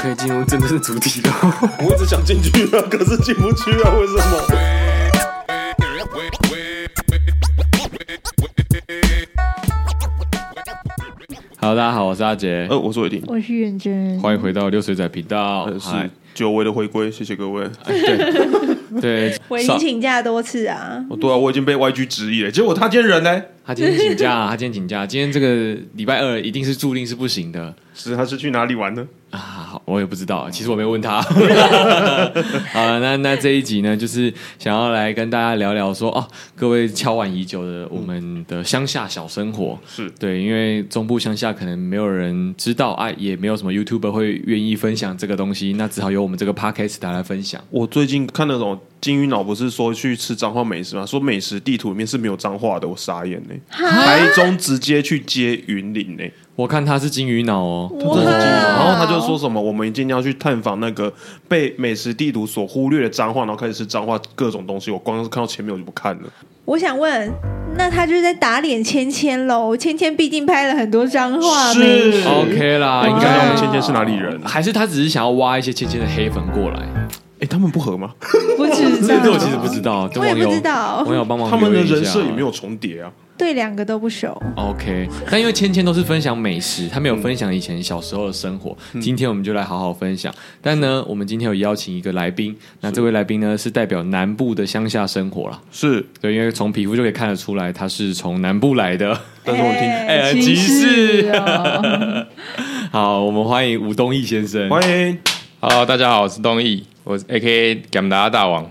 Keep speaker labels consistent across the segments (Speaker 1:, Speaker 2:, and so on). Speaker 1: 可以进入真正的主题了。
Speaker 2: 我一直想进去啊，可是进不去啊，为什么？
Speaker 1: Hello，大家 好，我是阿杰，
Speaker 2: 呃，我是伟霆，
Speaker 3: 我是远真，
Speaker 1: 欢迎回到流水仔频道。
Speaker 2: 呃，是
Speaker 1: 嗨
Speaker 2: 久违的回归，谢谢各位。哎
Speaker 1: 对，
Speaker 3: 我已经
Speaker 1: 上
Speaker 3: 请假多次啊，
Speaker 2: 哦对啊，我已经被 YG 质疑了，结果他今天人呢？
Speaker 1: 他今天请假，他今天请假，今天这个礼拜二一定是注定是不行的
Speaker 2: 是他是去哪里玩呢？
Speaker 1: 啊！好我也不知道，其实我没问 他。好了，那那这一集呢，就是想要来跟大家聊聊说哦，各位敲碗已久的我们的乡下小生活。
Speaker 2: 是
Speaker 1: 对，因为中部乡下可能没有人知道，哎、也没有什么 YouTuber 会愿意分享这个东西，那只好由我们这个 Podcast 来分享。
Speaker 2: 我最近看那种金鱼脑，不是说去吃彰化美食吗？说美食地图里面是没有彰化的，我傻眼呢、台中直接去接云林呢、
Speaker 1: 我看他是金鱼脑哦，
Speaker 2: 真的是金鱼脑。然后他就说什么，我们今天要去探访那个被美食地图所忽略的彰化，然后开始吃彰化各种东西。我光是看到前面我就不看了。
Speaker 3: 我想问，那他就是在打脸芊芊喽？芊芊必定拍了很多脏话
Speaker 2: 是
Speaker 3: 美食，
Speaker 1: OK 啦，
Speaker 2: 你
Speaker 1: 啊应
Speaker 2: 知道我
Speaker 1: 该
Speaker 2: 们芊芊是哪里人？哎、
Speaker 1: 还是他只是想要挖一些芊芊的黑粉过来。
Speaker 2: 他们不合吗？
Speaker 3: 不知
Speaker 1: 这
Speaker 3: 道，
Speaker 1: 个我其实不知道，等
Speaker 3: 我也
Speaker 1: 网友
Speaker 3: 不知道
Speaker 1: 网友帮忙
Speaker 2: 哦他们的
Speaker 1: 留言一
Speaker 2: 人
Speaker 1: 下
Speaker 2: 设也没有重叠啊。
Speaker 3: 对两个都不熟。
Speaker 1: OK，但因为芊芊都是分享美食，她没有分享以前小时候的生活。
Speaker 2: 嗯
Speaker 1: 今天我们就来好好分享。但呢，我们今天有邀请一个来宾，那这位来宾呢是代表南部的乡下生活啦。
Speaker 2: 是，
Speaker 1: 对，因为从皮肤就可以看得出来，他是从南部来的。
Speaker 2: 但是我听
Speaker 1: 哎
Speaker 3: 歧
Speaker 1: 歧视
Speaker 3: 视哦
Speaker 1: 好，我们欢迎吴东义先生。
Speaker 2: 欢迎
Speaker 4: Hello，大家好，我是东义，我是 AKA 甘达大王。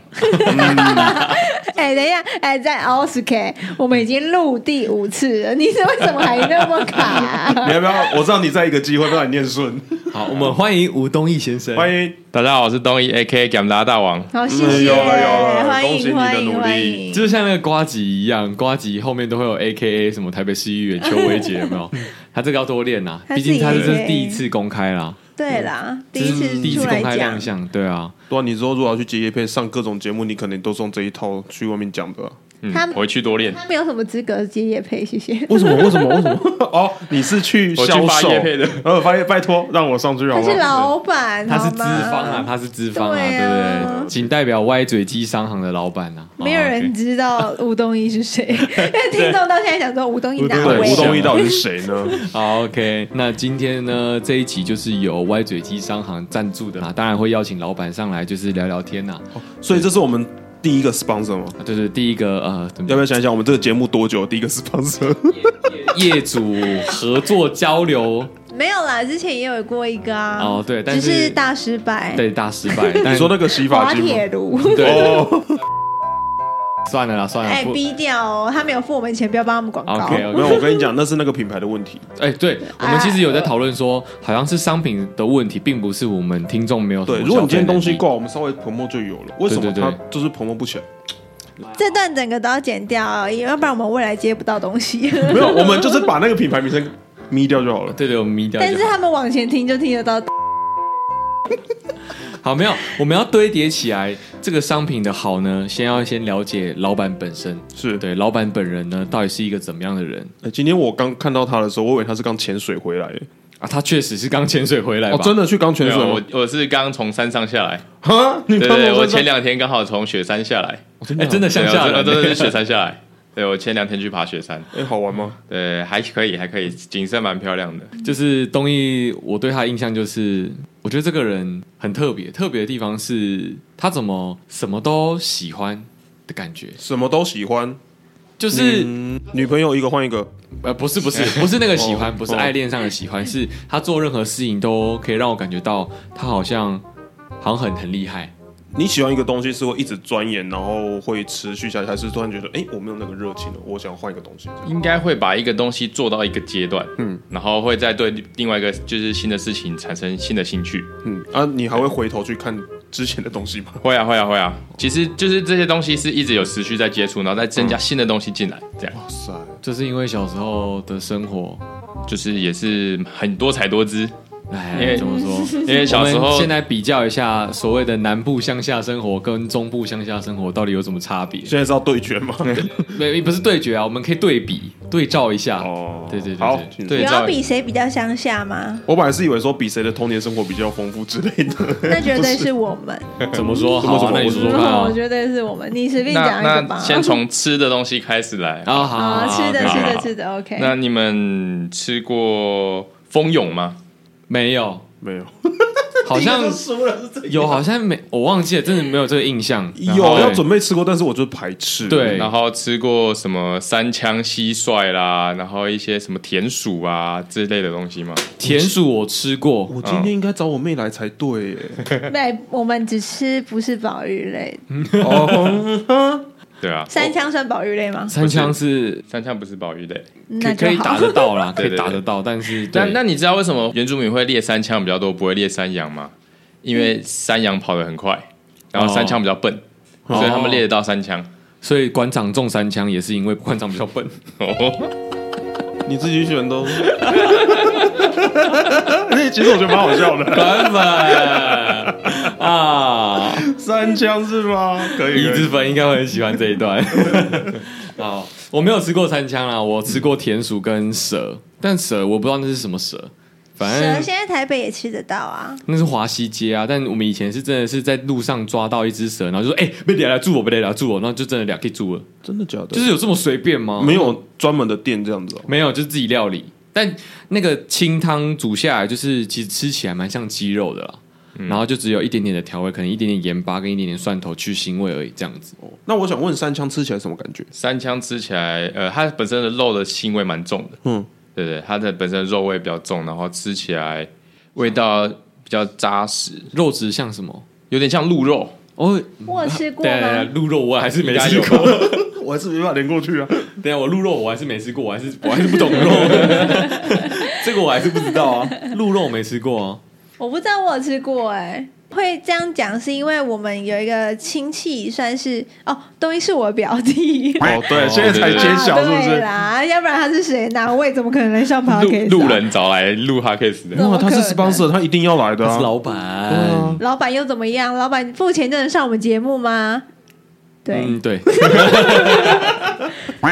Speaker 3: 哎，等一下，哎，在 Oscar，我们已经录第五次了，你为什么还那么 卡？
Speaker 2: 你要不要？我知道你再一个机会，不让你念 顺。
Speaker 1: 好，我们欢迎吴东义先生。
Speaker 2: 欢迎，
Speaker 4: 大家好，我是东义 AKA 甘达大王。
Speaker 3: 好，谢
Speaker 2: 嗯
Speaker 3: 谢，
Speaker 2: 有了有了
Speaker 3: 欢
Speaker 2: 恭喜你
Speaker 3: 迎
Speaker 2: 的
Speaker 3: 欢
Speaker 2: 努力
Speaker 3: 迎欢迎
Speaker 1: 就。是像那个瓜吉一样，瓜吉后面都会有 A K A 什么台北市议员邱维杰，有没有？他这个要多练呐、
Speaker 3: 他
Speaker 1: 毕
Speaker 3: 自己
Speaker 1: 竟他是这是
Speaker 3: AKA
Speaker 1: 第一次公开啦，
Speaker 3: 对啦，第
Speaker 1: 这
Speaker 3: 一
Speaker 1: 是第一
Speaker 3: 次
Speaker 1: 次
Speaker 3: 出来
Speaker 1: 公开亮
Speaker 3: 讲，
Speaker 1: 相，对啊，
Speaker 2: 对啊，你之后如果要去接叶配上各种节目，你肯定都是用这一套去外面讲的啊、
Speaker 4: 嗯
Speaker 3: 他，
Speaker 4: 回去多练。
Speaker 3: 他没有什么资格接叶配，谢谢。
Speaker 2: 为什么？为什么？为什么？ 哦，你是去
Speaker 4: 我去
Speaker 2: 销
Speaker 4: 发
Speaker 2: 售
Speaker 4: 业配的
Speaker 2: 呃，发业拜托让我上去好
Speaker 3: 他
Speaker 2: 不
Speaker 3: 是
Speaker 2: 好？
Speaker 3: 老板，
Speaker 1: 他是
Speaker 3: 好
Speaker 1: 资
Speaker 3: 吗
Speaker 1: 方啊，他是资方啊，
Speaker 3: 对
Speaker 1: 对
Speaker 3: 啊
Speaker 1: 不对？仅代表歪嘴鸡商行的老板呐、啊，
Speaker 3: 没有人知道吴东义是谁，但听众到现在想说吴东义哪
Speaker 2: 对，
Speaker 3: 位
Speaker 2: 吴？东义到底是谁呢？
Speaker 1: 好，OK，那今天呢这一集就是由歪嘴鸡商行赞助的啦，当然会邀请老板上来就是聊聊天呐、啊。
Speaker 2: 所以这是我们第一个 sponsor 吗？
Speaker 1: 对对，第一个呃，
Speaker 2: 要不要想一想，我们这个节目多久第一个 sponsor？
Speaker 1: 业主合作交流
Speaker 3: 没有啦，之前也有过一个啊。
Speaker 1: 哦对但是
Speaker 3: 只是大失败。，
Speaker 1: 对大失败，但
Speaker 2: 你说那个洗发
Speaker 3: 滑
Speaker 2: 精吗？
Speaker 3: 铁卢。
Speaker 1: 对，
Speaker 2: 哦，
Speaker 1: 算了啦，算
Speaker 3: 哎
Speaker 1: 了，不，
Speaker 3: 逼掉哦，他没有付我们钱，不要帮他们广告。
Speaker 1: OK，
Speaker 2: 没有，我跟你讲，那是那个品牌的问题。
Speaker 1: 哎，对
Speaker 3: 啊
Speaker 1: 我们其实有在讨论说，好像是商品的问题，并不是我们听众没有什么
Speaker 2: 对，如果你今
Speaker 1: 消费
Speaker 2: 天
Speaker 1: 能力
Speaker 2: 东西挂，我们稍微 promo 就有了。为什么
Speaker 1: 嗯对对
Speaker 2: 它
Speaker 1: 对
Speaker 2: 就是 promo 不起来？
Speaker 3: 这段整个都要剪掉哦，要不然我们未来接不到东西。
Speaker 2: 没有，我们就是把那个品牌名称眯掉就好了。
Speaker 1: 对对，我们咪掉
Speaker 3: 但
Speaker 1: 就是好。
Speaker 3: 他们往前听就听得到。
Speaker 1: 好，没有，我们要堆叠起来这个商品的好呢，先要先了解老板本身，
Speaker 2: 是，
Speaker 1: 对，老板本人呢到底是一个怎么样的人
Speaker 2: 哎今天我刚看到他的时候，我以为他是刚潜水回来耶。
Speaker 1: 啊？他确实是刚潜水回来吧？
Speaker 2: 哦，真的去刚潜
Speaker 4: 没
Speaker 2: 水
Speaker 4: 有，
Speaker 2: 吗
Speaker 4: 啊我？我是刚从山上下来。
Speaker 2: 啊， 你
Speaker 4: 对
Speaker 2: 看
Speaker 4: 对，
Speaker 2: 到
Speaker 4: 我前两天刚好从雪山下来。
Speaker 1: 哎，真的
Speaker 4: 对
Speaker 1: 向下
Speaker 4: 哦我真
Speaker 1: 了，
Speaker 4: 我真的是雪山下来。对，我前两天去爬雪山，
Speaker 2: 哎，好玩吗？
Speaker 4: 对，还可以，还可以，景色蛮漂亮的。
Speaker 1: 就是东义，我对他的印象就是，我觉得这个人很特别，特别的地方是他怎么什么都喜欢的感觉，
Speaker 2: 什么都喜欢，
Speaker 1: 就是、
Speaker 2: 嗯，女朋友一个换一个，
Speaker 1: 呃，不是不 是不是那个喜欢，
Speaker 2: 哦
Speaker 1: 不是爱恋上的喜欢，是他做任何事情都可以让我感觉到他好像好像很很厉害。
Speaker 2: 你喜欢一个东西是会一直钻研，然后会持续下去，还是突然觉得，哎、我没有那个热情了，我想换一个东西？
Speaker 4: 应该会把一个东西做到一个阶段，嗯，然后会再对另外一个就是新的事情产生新的兴趣。
Speaker 2: 嗯啊，你还会回头去看之前的东 西吗？
Speaker 4: 会啊，会啊，会啊。其实就是这些东西是一直有持续在接触，然后再增
Speaker 1: 嗯
Speaker 4: 加新的东西进来，这样
Speaker 2: 哇塞，
Speaker 1: 这是因为小时候的生活，
Speaker 4: 就是也是很多彩多姿。因
Speaker 1: 哎，
Speaker 4: 为
Speaker 1: 怎么说？
Speaker 4: 因为小时
Speaker 1: 我们
Speaker 4: 候
Speaker 1: 现在比较一下所谓的南部乡下生活跟中部乡下生活到底有什么差别？
Speaker 2: 现在是要对决吗？
Speaker 1: 没不是对决啊，我们可以对比，对照一下。
Speaker 2: 哦
Speaker 1: 对对对
Speaker 2: 好
Speaker 1: 对，
Speaker 2: 请
Speaker 4: 对
Speaker 3: 有
Speaker 2: 说
Speaker 3: 要比谁比较乡下吗？
Speaker 2: 我本来是以为说比谁的童年生活比较丰富之类的，
Speaker 3: 那绝对是我们，
Speaker 1: 怎么说？
Speaker 2: 怎么
Speaker 1: 好
Speaker 2: 怎
Speaker 1: 啊，
Speaker 2: 么
Speaker 1: 那你说说看
Speaker 3: 我
Speaker 1: 啊。
Speaker 3: 绝对是我们。你随便讲一
Speaker 4: 那
Speaker 3: 个吧
Speaker 4: 那。先从吃的东西开始 来。
Speaker 1: 啊，好好
Speaker 3: 啊，
Speaker 1: 好，
Speaker 3: 吃的
Speaker 1: 好
Speaker 3: 吃
Speaker 1: 好
Speaker 3: 的
Speaker 1: 好
Speaker 3: 吃的，OK。
Speaker 4: 那你们吃过蜂蛹吗？
Speaker 1: 没有，
Speaker 2: 没有，
Speaker 1: 好像
Speaker 2: 第一个就输了是这个
Speaker 1: 有，好像没，我忘记了，真的没有这个印象。
Speaker 2: 有
Speaker 1: 然后
Speaker 2: 要准备吃过，但是我就是排斥。
Speaker 1: 对
Speaker 4: 然后吃过什么三枪蟋蟀啦，然后一些什么田鼠啊之类的东西吗？
Speaker 1: 田鼠，我吃过，
Speaker 2: 我今天应该找我妹来才对耶。
Speaker 3: 对，我们只吃不是保育类，
Speaker 2: 哦，
Speaker 4: 对啊，哦
Speaker 3: 三枪算保育类吗？
Speaker 1: 三枪是
Speaker 4: 三枪不是保育类。
Speaker 1: 可
Speaker 3: 那
Speaker 1: 以可
Speaker 3: 就
Speaker 1: 以打
Speaker 3: 好。
Speaker 1: 得到 啦，可
Speaker 4: 对对
Speaker 1: 以打得到，但是
Speaker 4: 那
Speaker 1: 对
Speaker 4: 那你知道为什么原住民会猎三枪比较多，不会猎山羊吗？因
Speaker 3: 嗯
Speaker 4: 为山羊跑得很快，然后
Speaker 1: 哦
Speaker 4: 三枪比较笨，所以他们猎得到三枪。
Speaker 1: 所以馆长中三枪也是因为馆长比较 笨。
Speaker 4: 哦，
Speaker 2: 你自己选 的哦。其实我觉得蛮好笑的，
Speaker 1: 版本 啊，
Speaker 2: 三枪是吗？可以，
Speaker 1: 一
Speaker 2: 可
Speaker 1: 之
Speaker 2: 以
Speaker 1: 粉应该会很喜欢这一段。 好，我没有吃过三枪啦，我吃过田鼠跟蛇，但蛇我不知道那是什么蛇，反
Speaker 3: 蛇
Speaker 1: 正
Speaker 3: 现在台北也吃得到啊，
Speaker 1: 那是华西街啊。但我们以前是真的是在路上抓到一只蛇，然后就说：“哎、被俩来住我，被俩来住我。”然后就真的俩可以住了，
Speaker 2: 真的假的？
Speaker 1: 就是有这么随便吗？
Speaker 2: 没有专门的店这样子哦。
Speaker 1: 没有，就是自己料理。但那个清汤煮下来，就是其实吃起来蛮像鸡肉的啦。
Speaker 2: 嗯
Speaker 1: 然后就只有一点点的调味，可能一点点盐巴跟一点点蒜头去腥味而已，这样子。
Speaker 2: 那我想问，三枪吃起来什么感觉？
Speaker 4: 三枪吃起来，呃，它本身的肉的腥味蛮重的，
Speaker 2: 嗯，
Speaker 4: 对不对？它的本身的肉味比较重，然后吃起来味道比较扎实，
Speaker 1: 肉质像什么？
Speaker 4: 有点像鹿肉。
Speaker 1: 哦，
Speaker 3: 我有吃过
Speaker 1: 对啊对
Speaker 3: 吗？
Speaker 1: 对，鹿肉我还是没
Speaker 4: 应
Speaker 1: 吃
Speaker 4: 该
Speaker 1: 过。
Speaker 2: 我还是没办法连过去啊。
Speaker 1: 等一下我鹿肉我还是没吃过，我还是我还是不懂肉，这个我还是不知道啊。鹿肉我没吃过啊，
Speaker 3: 我不知道我有吃过哎。会这样讲是因为我们有一个亲戚算是哦，东西是我表弟。 啊
Speaker 2: 哦，对，
Speaker 4: 哦
Speaker 2: 现在才
Speaker 4: 对
Speaker 2: 揭晓，是不
Speaker 3: 啊对
Speaker 2: 是？
Speaker 3: 啦，要不然他是谁？哪位怎么可能来上啊 p o d
Speaker 1: 啊
Speaker 3: c
Speaker 4: 路路人找来录 h a c a s 的，
Speaker 3: 怎
Speaker 2: 哇，
Speaker 3: 么
Speaker 2: 他
Speaker 3: 可
Speaker 2: 是
Speaker 3: 能
Speaker 2: sponsor，他一定要来的
Speaker 1: 他
Speaker 2: 啊
Speaker 1: 是。老板。
Speaker 2: 啊
Speaker 3: 老板又怎么样？老板付钱就能上我们节目吗？对
Speaker 1: 嗯，，对，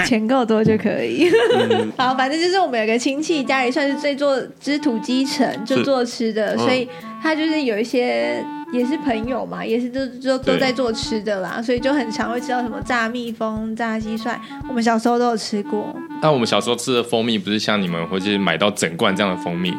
Speaker 3: 钱够多就可以。
Speaker 2: 嗯
Speaker 3: 好，反正就是我们有个亲戚家里算是最做织土基城，就是做吃的，
Speaker 2: 嗯
Speaker 3: 所以他就是有一些也是朋友嘛，也是都都都
Speaker 4: 对
Speaker 3: 在做吃的啦，所以就很常会吃到什么炸蜜蜂、炸蟋蟀，我们小时候都有吃过。
Speaker 4: 但我们小时候吃的蜂蜜不是像你们会去买到整罐这样的蜂蜜，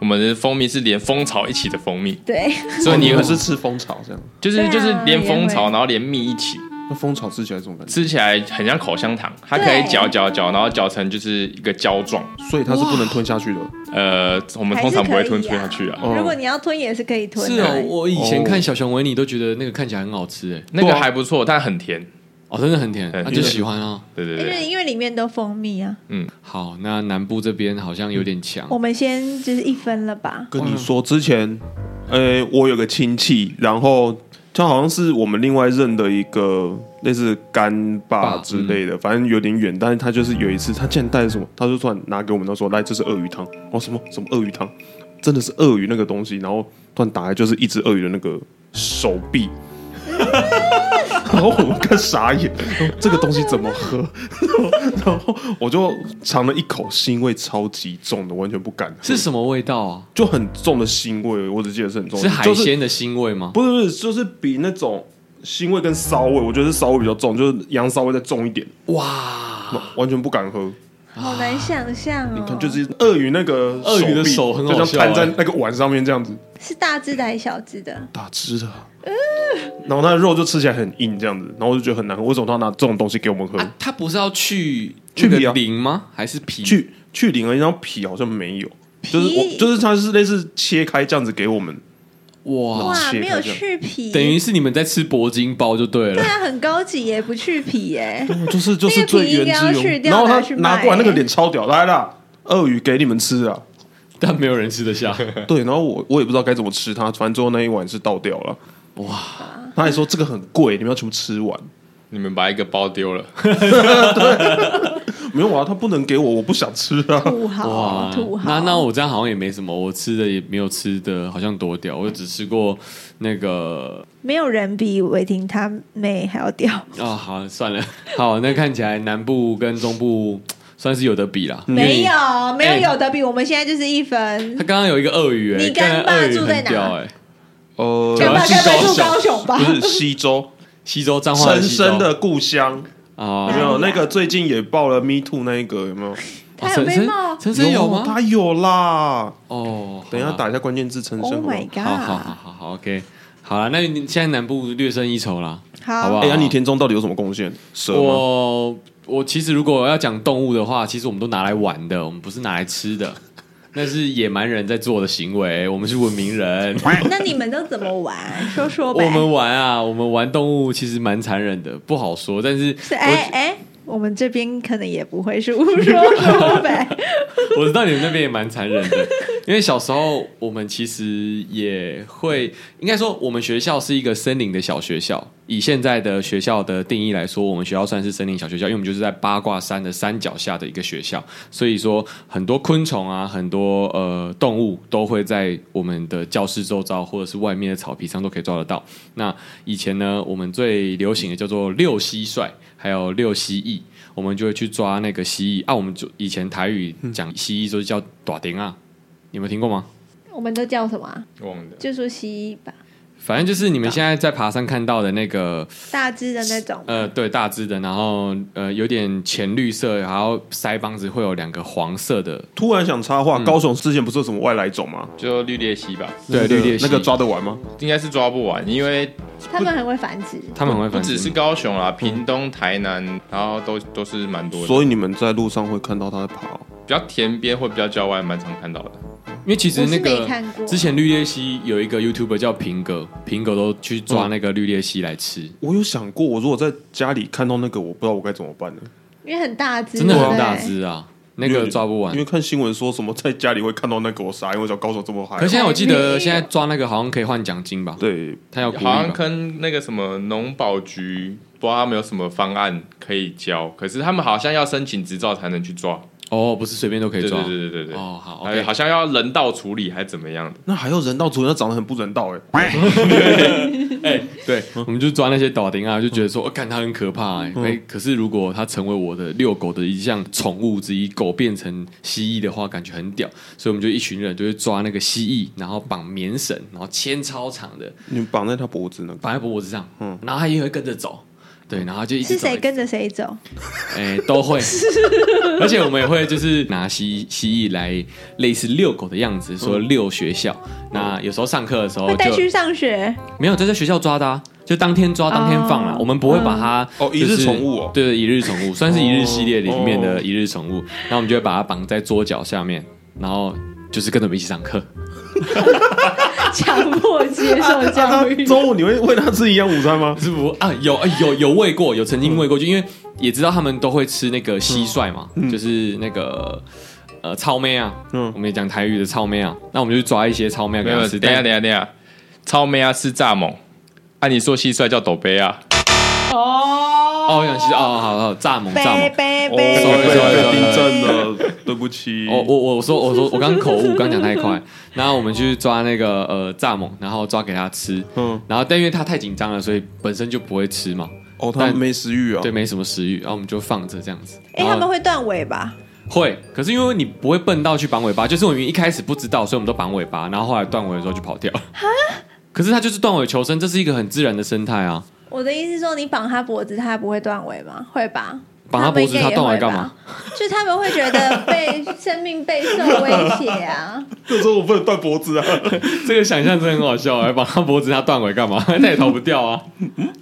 Speaker 4: 我们的蜂蜜是连蜂巢一起的 蜂蜜，
Speaker 3: 对，
Speaker 4: 所以你
Speaker 1: 哦
Speaker 2: 可
Speaker 4: 们
Speaker 2: 哦是
Speaker 4: 是
Speaker 2: 吃蜂巢这样？
Speaker 4: 就是
Speaker 3: 对啊
Speaker 4: 就是连蜂
Speaker 3: 也
Speaker 4: 巢，
Speaker 3: 会
Speaker 4: 然后连蜜一起，
Speaker 2: 那蜂巢吃起来什么感觉？
Speaker 4: 吃起来很像口香糖，它可以
Speaker 3: 对
Speaker 4: 嚼嚼嚼，然后嚼成就是一个胶状。
Speaker 2: 所以它是不能吞下去的。
Speaker 4: 呃， 我们通常不会吞出
Speaker 3: 还是可以啊
Speaker 4: 下去啊，
Speaker 2: 哦
Speaker 3: 如果你要吞也是可以吞啊
Speaker 1: 是
Speaker 3: 的。
Speaker 1: 哦，我以前看
Speaker 2: 哦
Speaker 1: 小熊维尼都觉得那个看起来很好吃，哎，
Speaker 4: 那个还不错，但很甜。
Speaker 1: 哦，真的很甜，
Speaker 4: 很
Speaker 1: 啊
Speaker 4: 甜
Speaker 1: 就喜欢啊。
Speaker 4: 对对
Speaker 3: 就
Speaker 4: 对，嗯
Speaker 3: 是因为里面都蜂蜜啊，
Speaker 1: 好，那南部这边好像有点强
Speaker 3: 我们先就是一分了吧。
Speaker 2: 跟你说，之前，呃，我有个亲戚，然后他好像是我们另外认的一个类似干爸
Speaker 1: 爸
Speaker 2: 之类的，反正有点远，但是他就是有一次，他竟然带着什么，他就突然拿给我们，他说：“来，这是鳄鱼汤。”哦，什么什么鳄鱼汤，真的是鳄鱼那个东西，然后突然打开就是一只鳄鱼的那个手臂。 然后我们更傻眼，这个东西怎么喝？ 然后我就尝了一口，腥味超级重的，完全不敢喝。
Speaker 1: 是什么味道啊？
Speaker 2: 就很重的腥味，我只记得是很重的，
Speaker 1: 哦是海
Speaker 2: 就是
Speaker 1: 鲜的腥味吗？
Speaker 2: 不是不是，就是比那种腥味跟骚味，我觉得是骚味比较重，就是羊骚味再重一点，
Speaker 1: 哇，
Speaker 2: 完全不敢喝。
Speaker 3: 好难想象哦，
Speaker 2: 啊你看，就是鳄鱼那个
Speaker 1: 鳄鱼的
Speaker 2: 臂
Speaker 1: 手很好
Speaker 2: 就像
Speaker 1: 笑
Speaker 2: 摊在
Speaker 1: 欸
Speaker 2: 那个碗上面这样子，
Speaker 3: 是大只的还是小只的？
Speaker 2: 打汁的。然后它的肉就吃起来很硬，这样子，然后我就觉得很难喝。为什么他拿这种东西给我们喝？
Speaker 1: 啊，他不是要去
Speaker 2: 去
Speaker 1: 那
Speaker 2: 皮
Speaker 1: 个
Speaker 2: 啊
Speaker 1: 鳞吗？还是皮？
Speaker 2: 去去领了一张皮，好像没有，就是我
Speaker 3: 皮
Speaker 2: 就是它是类似切开这样子给我们，
Speaker 1: 哇，
Speaker 3: 哇，
Speaker 2: 切开
Speaker 3: 没有
Speaker 2: 这样
Speaker 3: 去皮，
Speaker 1: 等于是你们在吃铂金包就对了
Speaker 3: 对。啊，很高级耶，不去皮耶，
Speaker 2: 就是就
Speaker 3: 那
Speaker 2: 是
Speaker 3: 个
Speaker 2: 最
Speaker 3: 皮应
Speaker 2: 原
Speaker 3: 该要
Speaker 2: 汁
Speaker 3: 去
Speaker 2: 原味。
Speaker 3: 掉
Speaker 2: 然后
Speaker 3: 拿
Speaker 2: 他
Speaker 3: 去
Speaker 2: 拿
Speaker 3: 卖
Speaker 2: 过来那个
Speaker 3: 欸
Speaker 2: 脸超屌，来啦，鳄鱼给你们吃啊！
Speaker 1: 但没有人吃得下。
Speaker 2: 对，然后我我也不知道该怎么吃它，反正最后那一碗是倒掉了。哇！他还说这个很贵，你们要全部吃完。
Speaker 4: 你们把一个包丢了，
Speaker 2: 没有啊，他不能给我，我不想吃啊。
Speaker 3: 土豪，
Speaker 1: 哇
Speaker 3: 土，豪。
Speaker 1: 那那我这样好像也没什么，我吃的也没有吃的好像多屌，我只吃过那个
Speaker 3: 没有人比伟霆他妹还要屌，
Speaker 1: 啊，好算了，好，那看起来南部跟中部算是有得比啦。
Speaker 3: 没有没
Speaker 1: 哎
Speaker 3: 有有得比，我们现在就是一分
Speaker 1: 他。刚刚有一个鳄鱼、哎，
Speaker 3: 你干
Speaker 1: 刚才
Speaker 3: 爸
Speaker 1: 鳄鱼
Speaker 3: 住在
Speaker 1: 很
Speaker 3: 哪
Speaker 1: 屌哎、
Speaker 2: 呃，
Speaker 1: 干
Speaker 3: 干
Speaker 1: 爸
Speaker 3: 爸
Speaker 1: 该
Speaker 3: 该
Speaker 1: 不
Speaker 3: 不
Speaker 1: 会
Speaker 3: 会
Speaker 1: 住
Speaker 3: 住
Speaker 1: 高
Speaker 3: 高雄吧
Speaker 2: 不？是 西周，
Speaker 1: 西周彰化的
Speaker 2: 深
Speaker 1: 西周
Speaker 2: 深的故乡，有
Speaker 1: 哦
Speaker 2: 没有？
Speaker 3: 哎呀
Speaker 2: 那个最近也爆了 Me Too 那一个有没有？
Speaker 3: 他有被冒
Speaker 1: 陈生有吗？
Speaker 2: 他有啦。
Speaker 1: 哦，
Speaker 2: 等一下
Speaker 1: 好啦
Speaker 2: 打一下关键字陈
Speaker 3: ？Oh
Speaker 2: 生。
Speaker 3: my
Speaker 1: 好好好
Speaker 3: god！
Speaker 1: 好好，OK，好了，那你现在南部略胜一筹啦，
Speaker 3: 好
Speaker 1: 好不好？
Speaker 2: 哎，那你田中到底有什么贡献？蛇吗？
Speaker 1: 我我其实如果要讲动物的话，其实我们都拿来玩的，我们不是拿来吃的，那是野蛮人在做的行为，我们是文明人。
Speaker 3: 那你们都怎么玩？说说呗
Speaker 1: 我。们玩啊，我们玩动物其实蛮残忍的，不好说。但是
Speaker 3: 是哎哎，我们这边可能也不会是说说呗。
Speaker 1: 我知道你们那边也蛮残忍的，因为小时候我们其实也会，应该说我们学校是一个森林的小学校。以现在的学校的定义来说，我们学校算是森林小学校，因为我们就是在八卦山的山脚下的一个学校，所以说很多昆虫啊，很多呃动物都会在我们的教室周遭或者是外面的草皮上都可以抓得到。那以前呢，我们最流行的叫做六蟋蟀，还有六蜥蜴，我们就会去抓那个蜥蜴啊。我们就以前台语讲蜥蜴就是叫短丁啊，你有没有听过吗？
Speaker 3: 我们都叫什么啊？
Speaker 4: 忘了。
Speaker 3: 就说蜥蜴吧，
Speaker 1: 反正就是你们现在在爬山看到的那个，
Speaker 3: 大只的那种。
Speaker 1: 呃，对，大只的，然后呃，有点浅绿色，然后腮帮子会有两个黄色的，
Speaker 2: 突然想插话，
Speaker 1: 嗯
Speaker 2: 高雄之前不是有什么外来种吗？
Speaker 4: 就绿鬣蜥吧，
Speaker 1: 对
Speaker 2: 那个
Speaker 1: 绿鬣蜥
Speaker 2: 那个抓得完吗？
Speaker 4: 应该是抓不完，因为
Speaker 3: 他们很会繁殖，
Speaker 1: 他们很会
Speaker 4: 不
Speaker 1: 繁
Speaker 4: 只
Speaker 1: 殖
Speaker 4: 是。高雄啦，屏东、台南，然后都都是蛮多的，
Speaker 2: 所以你们在路上会看到它在爬哦。
Speaker 4: 比较田边或比较郊外，蛮常看到的。
Speaker 1: 因为其实那
Speaker 3: 我是
Speaker 1: 个
Speaker 3: 没看过
Speaker 1: 之前绿鬣蜥有一个 YouTuber 叫平哥，平哥都去抓那个绿鬣蜥来吃，
Speaker 3: 嗯
Speaker 2: 我有想过，我如果在家里看到那个，我不知道我该怎么办呢？
Speaker 3: 因为很大只，
Speaker 1: 真的
Speaker 3: 对不
Speaker 1: 很
Speaker 3: 对
Speaker 1: 大。只啊，那
Speaker 2: 因
Speaker 1: 个
Speaker 2: 为
Speaker 1: 抓不完
Speaker 2: 因。为看新闻说什么在家里会看到那个，我傻眼，我想高手这么嗨
Speaker 1: 可是现
Speaker 2: 哦。
Speaker 1: 在我记得现在抓那个好像可以换奖金吧？
Speaker 2: 对，
Speaker 1: 他要鼓励
Speaker 4: 好像
Speaker 1: 吧？
Speaker 4: 跟那个什么农保局，不知道他们有什么方案可以交，可是他们好像要申请执照才能去抓。
Speaker 1: 哦，不是随便都可以
Speaker 4: 对
Speaker 1: 抓
Speaker 4: 对。对对对对。
Speaker 1: 哦，好
Speaker 4: 哎，
Speaker 1: ，OK，
Speaker 4: 好像要人道处理还是怎么样的？
Speaker 2: 那还有人道主义，那长得很不人道哎。
Speaker 1: 对，我们就抓那些岛丁啊，就觉得 说，我看它很可怕哎。
Speaker 4: 嗯
Speaker 1: 哎可是如果它成为我的遛狗的一项宠物之一，狗变成蜥蜴的话，感觉很屌。所以我们就一群人就会抓那个蜥蜴，然后绑棉绳，然后牵超长的
Speaker 2: 你绑在他脖子那个，
Speaker 1: 绑在脖子上，
Speaker 4: 嗯
Speaker 1: 然后它也会跟着走。对，然后它就一直
Speaker 3: 是
Speaker 1: 走
Speaker 3: 谁跟着谁走？
Speaker 1: 哎、都会， 而且我们也会就是拿蜥蜥蜴来类似遛狗的样子，说
Speaker 4: 嗯
Speaker 1: 遛学校。那有时候上课的时候
Speaker 3: 会带
Speaker 1: 哦就
Speaker 3: 去上学，
Speaker 1: 没有，这在学校抓的、啊，就当天抓当天放啦。
Speaker 3: 哦
Speaker 1: 我们不会把它
Speaker 2: 哦
Speaker 1: 就是
Speaker 2: 一日宠物哦
Speaker 1: 对对，一日宠物算是一日系列里面
Speaker 2: 哦
Speaker 1: 的一日宠物。然后我们就会把它绑在桌角下面，然后就是跟着我们一起上课。
Speaker 3: 强迫接受 教育。
Speaker 2: 中午你会喂他吃营养午餐吗？
Speaker 1: 是不啊？有啊有有喂过，有曾经喂过，就因为也知道他们都会吃那个蟋蟀嘛，就是那个呃草莓啊，
Speaker 2: 嗯
Speaker 1: 我们也讲台语的草莓啊，那我们就抓一些草莓
Speaker 4: 没
Speaker 1: 给
Speaker 4: 有，
Speaker 1: 他
Speaker 4: 等
Speaker 1: 吃。
Speaker 4: 一下
Speaker 1: 但
Speaker 4: 等一下等一下，超妹啊是蚱蜢，按、你说蟋蟀叫斗杯啊，
Speaker 1: 哦，
Speaker 3: 哦
Speaker 1: 我想其实哦，好好蚱蜢蚱
Speaker 3: 背
Speaker 1: 蜢。
Speaker 3: 背
Speaker 2: 哦，
Speaker 3: 背，
Speaker 1: sorry，sorry，
Speaker 2: 被订正了，对不起。
Speaker 1: 哦，我我我说我说我刚口误，刚讲太 快。然后我们去抓那个呃蚱蜢，然后抓给他吃。
Speaker 2: 嗯，
Speaker 1: 然后但因为它太紧张了，所以本身就不会吃嘛，
Speaker 3: 嗯
Speaker 2: 哦，他
Speaker 1: 但
Speaker 2: 没食欲啊。
Speaker 1: 对，没什么食欲。然后我们就放着这样子。
Speaker 3: 哎，
Speaker 1: 然后
Speaker 3: 他们会断尾吧？
Speaker 1: 会，可是因为你不会笨到去绑尾巴，就是我们一开始不知道，所以我们都绑尾巴，然后后来断尾的时候就跑掉了。可是它就是断尾求生，这是一个很自然的生态啊！
Speaker 3: 我的意思是说，你绑他脖子，他不会断尾吗？会吧？
Speaker 1: 绑他脖子
Speaker 3: 们应该也
Speaker 1: 他断尾
Speaker 3: 会吧
Speaker 1: 干嘛？
Speaker 3: 就他们会觉得被生命备受威胁啊！
Speaker 2: 这时候我不能断脖 子啊。
Speaker 1: 这个想象真的很好笑、哎，绑它脖子，它断尾干嘛？它 也逃不掉啊！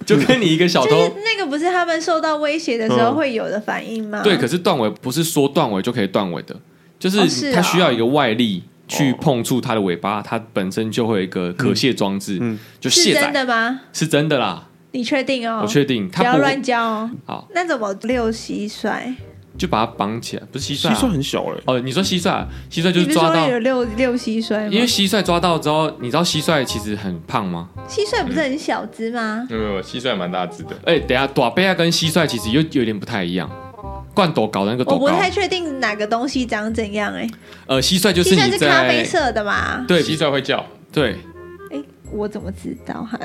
Speaker 1: 就跟你一个小
Speaker 3: 就
Speaker 1: 偷
Speaker 3: 是，那个不是他们受到威胁的时候
Speaker 2: 嗯
Speaker 3: 会有的反应吗？
Speaker 1: 对，可是断尾不是说断尾就可以断尾的，就
Speaker 3: 哦是
Speaker 1: 是
Speaker 3: 啊
Speaker 1: 它需要一个外力去碰触它的尾巴，它本身就会有一个可卸装置，
Speaker 2: 嗯
Speaker 1: 就是卸载
Speaker 3: 真的吗？
Speaker 1: 是真的啦，
Speaker 3: 你确定哦？
Speaker 1: 我确定，
Speaker 3: 不
Speaker 1: 它
Speaker 3: 要
Speaker 1: 不
Speaker 3: 乱教哦。
Speaker 1: 好，
Speaker 3: 那怎么六蟋蟀？
Speaker 1: 就把它绑起来，不是蟋蟀
Speaker 2: 蟋
Speaker 1: 啊、
Speaker 2: 蟀很小哎，
Speaker 1: 哦，你说蟋蟀啊，蟋蟀就
Speaker 3: 你
Speaker 1: 是
Speaker 3: 不是
Speaker 1: 抓
Speaker 3: 说
Speaker 1: 到，
Speaker 3: 有六六蟋蟀吗？
Speaker 1: 因为蟋蟀抓到之后，你知道蟋蟀其实很胖吗？
Speaker 3: 蟋蟀不是很小只吗？
Speaker 4: 没有没有，蟋蟀蛮大只的，
Speaker 1: 哎、等一下，短贝亚跟蟋蟀其实又有点不太一样。罐头搞的那个
Speaker 3: 我
Speaker 1: 豆
Speaker 3: 不
Speaker 1: 糕，
Speaker 3: 太确定哪个东西长怎样哎、
Speaker 1: 呃，蟋蟀就是
Speaker 3: 蟋
Speaker 1: 你
Speaker 3: 蟀是咖
Speaker 1: 在
Speaker 3: 啡色的嘛？
Speaker 1: 对
Speaker 4: 蟋蟀会叫，
Speaker 1: 对，
Speaker 3: 哎，我怎么知道他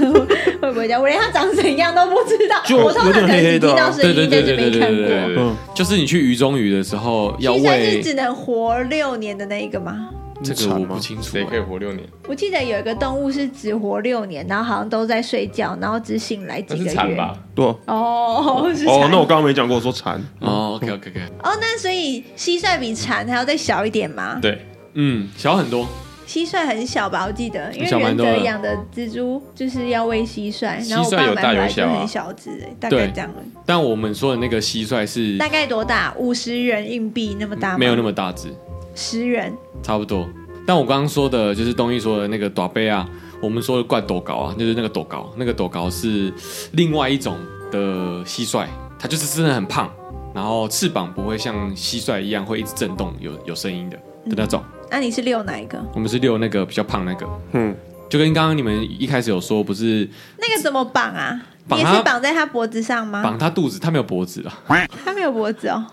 Speaker 3: 会不会讲？我连他长怎样都不知道，
Speaker 2: 就
Speaker 3: 我通常可能
Speaker 2: 有点黑黑
Speaker 3: 只
Speaker 2: 的啊
Speaker 3: 听到声
Speaker 1: 对对
Speaker 3: 音，但
Speaker 1: 对
Speaker 3: 是
Speaker 1: 对
Speaker 3: 没
Speaker 1: 对对
Speaker 3: 看
Speaker 1: 对
Speaker 3: 过。
Speaker 1: 对，对
Speaker 2: 嗯
Speaker 1: 就是你去鱼中鱼的时候要
Speaker 3: 其实是
Speaker 1: 喂
Speaker 3: 只能活六年的那一个吗？
Speaker 1: 这个我不清楚
Speaker 4: 谁可
Speaker 1: 欸、
Speaker 4: 以活六年？
Speaker 3: 我记得有一个动物是只活六年，然后好像都在睡觉，然后只醒来
Speaker 4: 那
Speaker 3: 几
Speaker 4: 是
Speaker 3: 个
Speaker 4: 惨
Speaker 3: 月。
Speaker 4: 吧？
Speaker 2: 对啊
Speaker 3: 哦，是
Speaker 2: 哦，
Speaker 3: 蝉
Speaker 2: 那我刚刚没讲过，我说蝉，
Speaker 1: 哦，OK OK OK，
Speaker 3: 哦，那所以蟋蟀比蝉还要再小一点吗？
Speaker 4: 对，
Speaker 1: 嗯，小很多。
Speaker 3: 蟋蟀很小吧，我记得，因为
Speaker 1: 小蛮
Speaker 3: 忍
Speaker 1: 多的
Speaker 3: 者养的蜘蛛就是要喂蟋蟀，然后
Speaker 4: 蟋
Speaker 3: 我
Speaker 4: 蟀
Speaker 3: 爸
Speaker 4: 有
Speaker 3: 买
Speaker 4: 大
Speaker 3: 回
Speaker 4: 有
Speaker 3: 来就
Speaker 4: 小啊
Speaker 3: 很小只、欸，大概
Speaker 1: 对
Speaker 3: 这样而已。
Speaker 1: 但我们说的那个蟋蟀是
Speaker 3: 大概多大？五十元硬币那么大吗？
Speaker 1: 没有那么大只，
Speaker 3: 十元。
Speaker 1: 差不多。但我刚刚说的就是东义说的那个短杯啊，我们说的灌斗糕啊，就是那个斗糕，那个斗糕是另外一种的蟋蟀，它就是真的很胖，然后翅膀不会像蟋蟀一样会一直震动，有有声音的的那种。
Speaker 3: 那、你是遛哪一个？
Speaker 1: 我们是遛那个比较胖那个，
Speaker 2: 嗯，
Speaker 1: 就跟刚刚你们一开始有说，不是
Speaker 3: 那个怎么绑啊？
Speaker 1: 绑
Speaker 3: 也
Speaker 1: 它
Speaker 3: 是绑在他脖子上吗？
Speaker 1: 绑它肚子，它没有脖子啊，
Speaker 3: 他没有脖子哦，